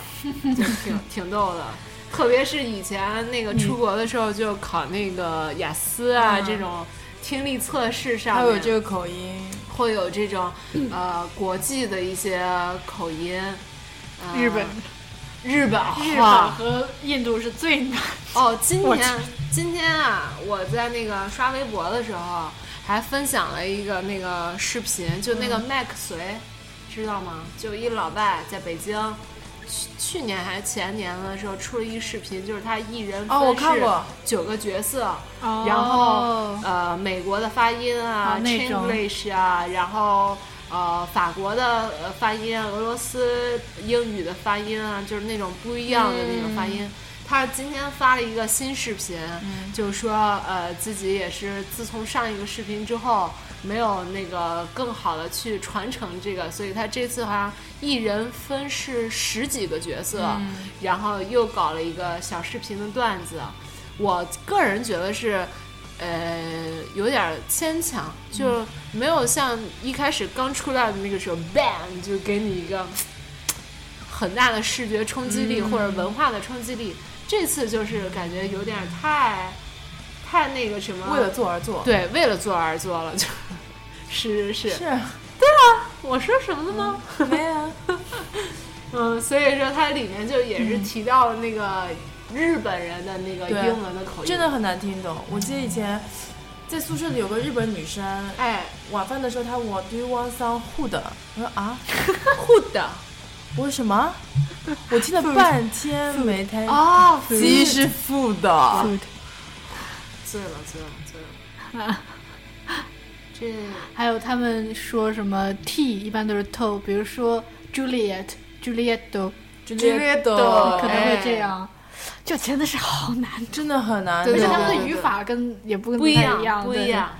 Speaker 1: 就 挺挺逗的。特别是以前那个出国的时候，就考那个雅思啊、
Speaker 2: 嗯
Speaker 1: 这种听力测试上
Speaker 2: 还
Speaker 1: 面，
Speaker 2: 有这个嗯口音，
Speaker 1: 会有这种呃国际的一些口音，呃
Speaker 3: 日本
Speaker 1: 日本
Speaker 3: 日本
Speaker 1: 话
Speaker 3: 和印度是最难。
Speaker 1: 哦，今
Speaker 3: 我
Speaker 1: 天今天啊，我在那个刷微博的时候还分享了一个那个视频，就那个
Speaker 2: 嗯
Speaker 1: 麦克隋，知道吗？就一老外在北京。去去年还是前年的时候出了一视频，就是他一人
Speaker 2: 哦我
Speaker 1: 分
Speaker 2: 看
Speaker 1: 饰
Speaker 2: 过哦
Speaker 1: 九个角色，
Speaker 3: 然
Speaker 1: 然后呃，美国的发音啊
Speaker 3: 啊嗯那种
Speaker 1: ，Chinglish 啊，然后呃，法国的呃发音啊，俄罗斯英语的发音啊，就是那种不一样的那种发
Speaker 3: 嗯
Speaker 1: 音。他今天发了一个新视频，就
Speaker 3: 嗯
Speaker 1: 说呃自己也是自从上一个视频之后，没有那个更好的去传承这个，所以他这次好像一人分饰十几个角色，
Speaker 3: 嗯
Speaker 1: 然后又搞了一个小视频的段子。我个人觉得是，呃，有点儿牵强，
Speaker 2: 嗯
Speaker 1: 就没有像一开始刚出来的那个时候，bang 就给你一个很大的视觉冲击力
Speaker 2: 嗯
Speaker 1: 或者文化的冲击力。这次就是感觉有点儿太太那个什么，
Speaker 2: 为了做而做。
Speaker 1: 对为了做而做了，就是是是，
Speaker 2: 是啊
Speaker 1: 我说什么了吗？
Speaker 2: 没啊有
Speaker 1: 嗯，所以说它里面就也是提到了那个日本人的那个
Speaker 2: 对
Speaker 1: 英文的口音，
Speaker 2: 真的很难听懂。我记得以前在宿舍里有个日本女生，
Speaker 1: 哎
Speaker 2: 晚饭的时候她问我 Do you want some hood？我说啊，
Speaker 1: ，hood
Speaker 2: 我说什么？我听了半天没太，
Speaker 1: 哦，
Speaker 2: 其实是 food 的。
Speaker 1: 醉了，醉了，醉了。 这
Speaker 3: 还有他们说什么 T 一般都是 to，比如说 Juliet、Juliet 都
Speaker 2: 之
Speaker 1: 哦
Speaker 3: 可能
Speaker 1: 哎
Speaker 3: 会这样，就真的是好难，
Speaker 2: 真的很难
Speaker 1: 对
Speaker 3: 而
Speaker 1: 对
Speaker 3: 且
Speaker 1: 对
Speaker 3: 他
Speaker 1: 对
Speaker 3: 们
Speaker 1: 对
Speaker 3: 的语法跟也不跟
Speaker 1: 不一
Speaker 3: 太一
Speaker 1: 样，不
Speaker 3: 对
Speaker 1: 一样。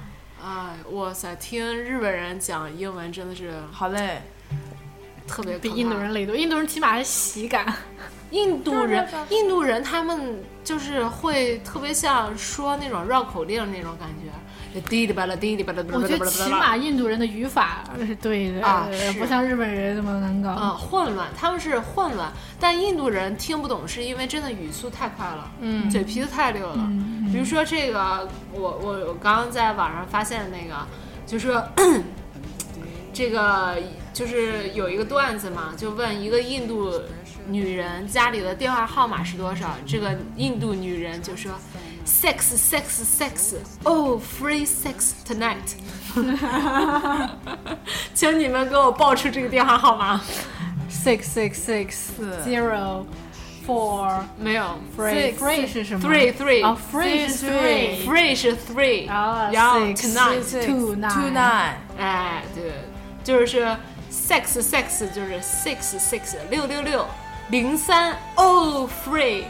Speaker 1: 哎，哇塞，听日本人讲英文真的是
Speaker 2: 好嘞，
Speaker 1: 特别可
Speaker 3: 比
Speaker 1: 怕
Speaker 3: 印度人累多，印度人起码是喜感，
Speaker 1: 印度人
Speaker 2: 对对，
Speaker 1: 印度人他们就是会特别像说那种绕口令那种感觉，滴里吧啦滴里吧啦，
Speaker 3: 我觉得起码印度人的语法是嗯对的，
Speaker 1: 啊
Speaker 3: 呃
Speaker 1: 是
Speaker 3: 不像日本人那么难
Speaker 1: 啊
Speaker 3: 搞。
Speaker 1: 混乱，他们是混乱，但印度人听不懂是因为真的语速太快了，
Speaker 2: 嗯
Speaker 1: 嘴皮子太溜了。
Speaker 3: 嗯
Speaker 1: 比如说这个，我我我刚刚在网上发现那个，就说这个就是有一个段子嘛，就问一个印度女人家里的电话号码是多少，这个印度女人就说 sex sex sex oh free sex tonight，请你们给我报出这个电话号码。
Speaker 3: Six six six zero four
Speaker 1: 没有
Speaker 3: three three 是什么
Speaker 1: three three
Speaker 3: 啊 three 是 three，
Speaker 1: three 是 three，
Speaker 3: 然后
Speaker 1: 然后
Speaker 3: Oh, six
Speaker 1: tonight。
Speaker 3: two nine
Speaker 2: two nine，
Speaker 1: 哎，对，就是 sex sex 就是 six six 六六六零三 oh free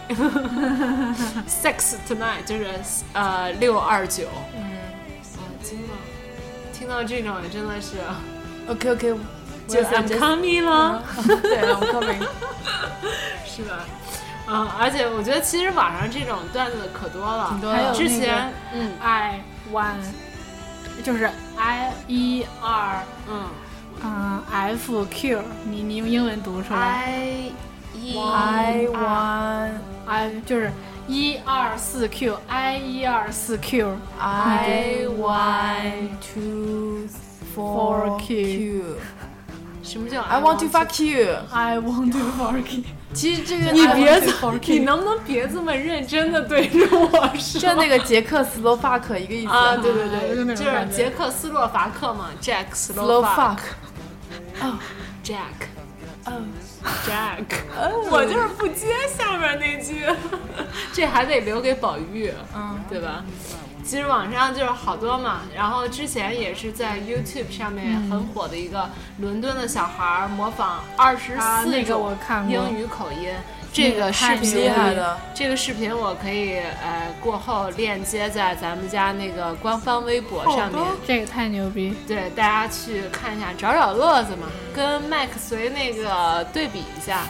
Speaker 1: sex tonight 就是呃六二九。嗯，啊，惊了，听到这种真的是
Speaker 2: OK OK，
Speaker 1: 就是 I'm coming 了。
Speaker 2: 对，I'm coming。
Speaker 1: 是吧？嗯，而且我觉得其实网上这种段子可多了，
Speaker 2: 挺多
Speaker 3: 还有
Speaker 2: 的
Speaker 1: 之
Speaker 3: 那个
Speaker 1: 前，嗯
Speaker 3: I one，就是 I 一二，
Speaker 1: 嗯，
Speaker 3: E 嗯、 F Q，你你用英文读出来
Speaker 4: I E
Speaker 2: I
Speaker 3: I
Speaker 2: want
Speaker 3: ，I 就是一二四 Q，I 一二四 Q，
Speaker 2: I want to
Speaker 3: Fork
Speaker 2: fuck
Speaker 3: you.
Speaker 2: you.
Speaker 1: 什么叫
Speaker 2: I want to fuck you.
Speaker 3: I want to fork you。
Speaker 2: 其实这个
Speaker 1: 你
Speaker 2: I
Speaker 1: 别
Speaker 2: want to fuck
Speaker 1: 你
Speaker 2: you
Speaker 1: 能不能别这么认真的对着我说？
Speaker 2: 就那个捷克斯洛伐克一个意思。
Speaker 1: 啊，对对
Speaker 3: 啊就
Speaker 1: 对，
Speaker 3: 那
Speaker 1: 就是
Speaker 3: 种感觉
Speaker 1: 捷克斯洛伐克嘛，Jack Slovak
Speaker 2: Slovak
Speaker 1: Jack。Jack，我 就是不接下面那句， 这还得留给宝玉，
Speaker 2: 嗯，
Speaker 1: 对吧？其实网上就是好多嘛，然后之前也是在 YouTube 上面
Speaker 3: 嗯
Speaker 1: 很火的一个伦敦的小孩儿模仿二十
Speaker 3: 啊那
Speaker 1: 四
Speaker 3: 个我
Speaker 1: 种
Speaker 3: 看过
Speaker 1: 英语口音，这个视
Speaker 3: 太
Speaker 1: 频
Speaker 2: 嗯厉害了。
Speaker 1: 这个视频我可以呃过后链接在咱们家那个官方微博上面，
Speaker 3: 这个太牛逼！
Speaker 1: 对大家去看一下，找找乐子嘛，跟麦克随那个对比一 下，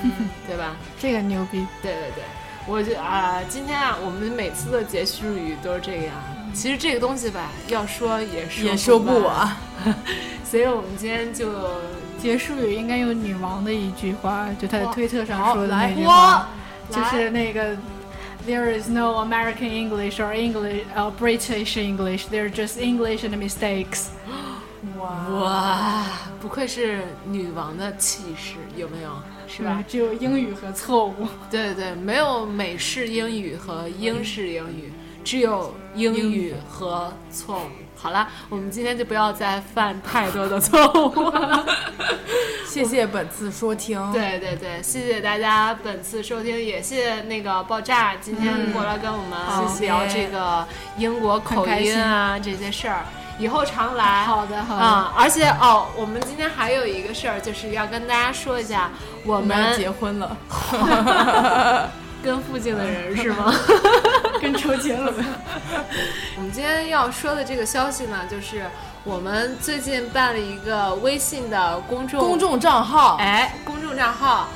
Speaker 1: 对吧？
Speaker 3: 这个牛逼，
Speaker 1: 对对对，我就啊、今天啊，我们每次的结束语都是这样。其实这个东西吧，要说也说
Speaker 2: 嗯也说不
Speaker 1: 完，
Speaker 2: 完。
Speaker 1: 所以我们今天就
Speaker 3: 结束语应该用女王的一句话，就她的推特上说的那句
Speaker 1: 我
Speaker 2: 哦
Speaker 3: 话，就是那个 There is no American English or English or British English, they're just English and mistakes。
Speaker 2: 哇，
Speaker 1: 哇，不愧是女王的气势，有没有？是
Speaker 3: 是
Speaker 1: 吧
Speaker 3: 吧？？只有英语和错误。
Speaker 1: 对对对，没有美式英语和英式英语，只有英语和错误。好了，我们今天就不要再犯太多的错误了。
Speaker 2: 谢谢本次收听。
Speaker 1: 对对对，谢谢大家本次收听，也谢谢那个爆炸今天过来跟我们
Speaker 2: 谢谢
Speaker 1: 聊这个英国口音啊这些事儿，以后常来。
Speaker 3: 好的，好的。
Speaker 1: 啊、而且哦，我们今天还有一个事儿，就是要跟大家说一下，我
Speaker 2: 我们要
Speaker 1: 们
Speaker 2: 结婚了，
Speaker 1: 跟附近的人是吗？
Speaker 3: 跟周杰伦。
Speaker 1: 我们今天要说的这个消息呢，就是我们最近办了一个微信的公众
Speaker 2: 公众账号
Speaker 1: 哎，公众账号，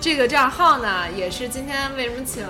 Speaker 1: 这个账号呢，也是今天为什么请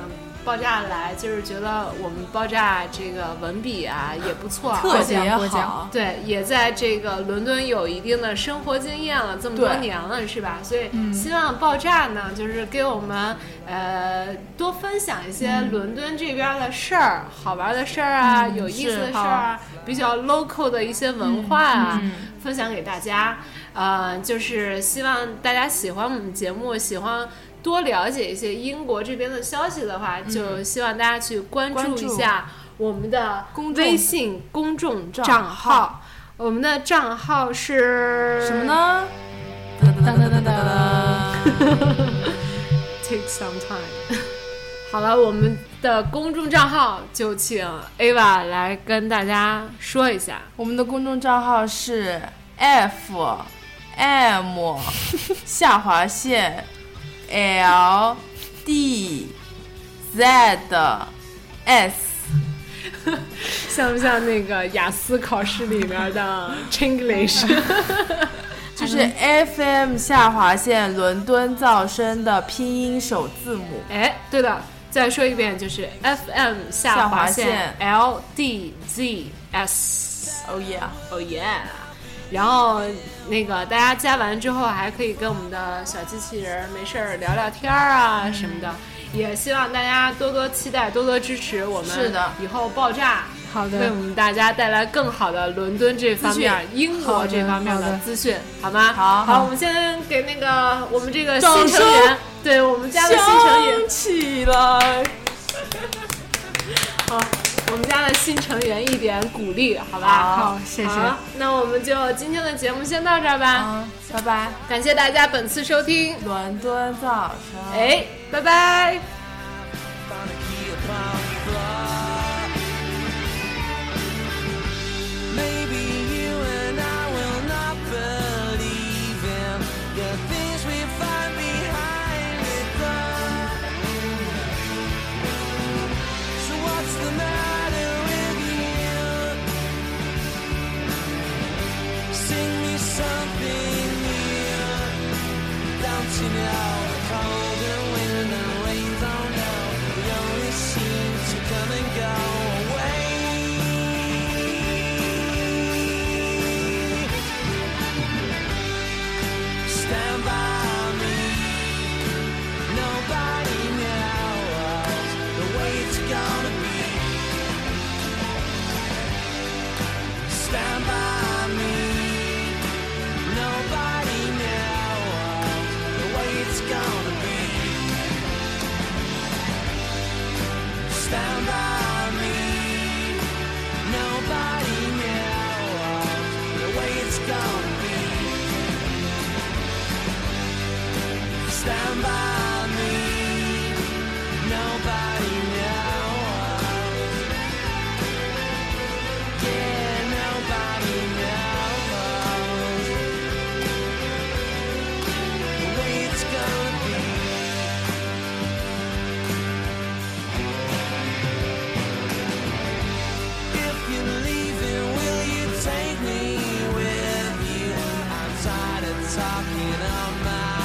Speaker 1: 爆炸来，就是觉得我们爆炸这个文笔啊也不错，
Speaker 2: 特
Speaker 1: 而且
Speaker 2: 别好
Speaker 3: 获奖。
Speaker 1: 对，也在这个伦敦有一定的生活经验了，这么多
Speaker 2: 对
Speaker 1: 年了，是吧？所以
Speaker 2: 嗯
Speaker 1: 希望爆炸呢，就是给我们呃多分享一些
Speaker 2: 嗯
Speaker 1: 伦敦这边的事儿、好玩的事儿啊、有意思的
Speaker 2: 是
Speaker 1: 事儿啊，比较 local 的一些文化啊，
Speaker 2: 嗯
Speaker 1: 分享给大家。呃，就是希望大家喜欢我们节目，喜欢。多了解一些英国这边的消息的话，就希望大家去关
Speaker 2: 嗯关
Speaker 1: 注一
Speaker 2: 注
Speaker 1: 下我们的
Speaker 2: 公众
Speaker 1: 微信公众账
Speaker 2: 账
Speaker 1: 号。我们的账号是
Speaker 2: 什么呢？
Speaker 3: 噔噔噔
Speaker 2: 噔噔。
Speaker 1: ？Take some time。好 了，我们的公众账号就请 Ava 来跟大家说一下。
Speaker 2: 我们的公众账号是 f m 下划线 l d z s。
Speaker 1: 像不像那个雅思考试里面 的 Chinglish？
Speaker 2: 就是
Speaker 1: 嗯
Speaker 2: FM 下划线伦敦噪声的拼音首字母。
Speaker 1: 哎，对了，再说一遍，就是 FM 下
Speaker 2: 下
Speaker 1: 划
Speaker 2: 划
Speaker 1: 线
Speaker 2: 线
Speaker 1: L D Z S。
Speaker 2: Oh yeah！
Speaker 1: 哦耶！然后那个大家加完之后，还可以跟我们的小机器人儿没事儿聊聊天儿啊什么的，也希望大家多多期待，多多支持我们。
Speaker 2: 是的
Speaker 1: 以后爆炸
Speaker 3: 好
Speaker 1: 为我
Speaker 3: 的，
Speaker 1: 们大家带来更好的伦敦这方面儿、英国这方面
Speaker 3: 好的好
Speaker 1: 的
Speaker 3: 的
Speaker 1: 资讯，好吗？
Speaker 2: 好
Speaker 1: 好，我们先给那个我们这个
Speaker 2: 掌
Speaker 1: 新成员
Speaker 2: 声，
Speaker 1: 对我们家的新成员
Speaker 2: 响，起来！
Speaker 1: 好，我们家的新成员一点鼓励，好吧？
Speaker 3: 好谢谢
Speaker 1: 好那我们就今天的节目先到这儿吧。
Speaker 2: 嗯，拜拜。
Speaker 1: 感谢大家本次收听，
Speaker 2: 伦敦噪声。
Speaker 1: 哎，拜拜。
Speaker 5: Maybe you and I will not believe in the things we find behind the curtain. So what's the matter with you? Sing me something new. Don't you know the cold and wind and rain don't know? They only seem to come and go away. Stay stand by me. Nobody knows the way it's gonna be. Stand by me. Nobody knows the way it's gonna be. Stand by me. Nobody knows the way it's gonna be. Stand by me. Nobody knows. Yeah, nobody knows the way it's gonna be. If you're leaving, will you take me with you? I'm tired of talking on my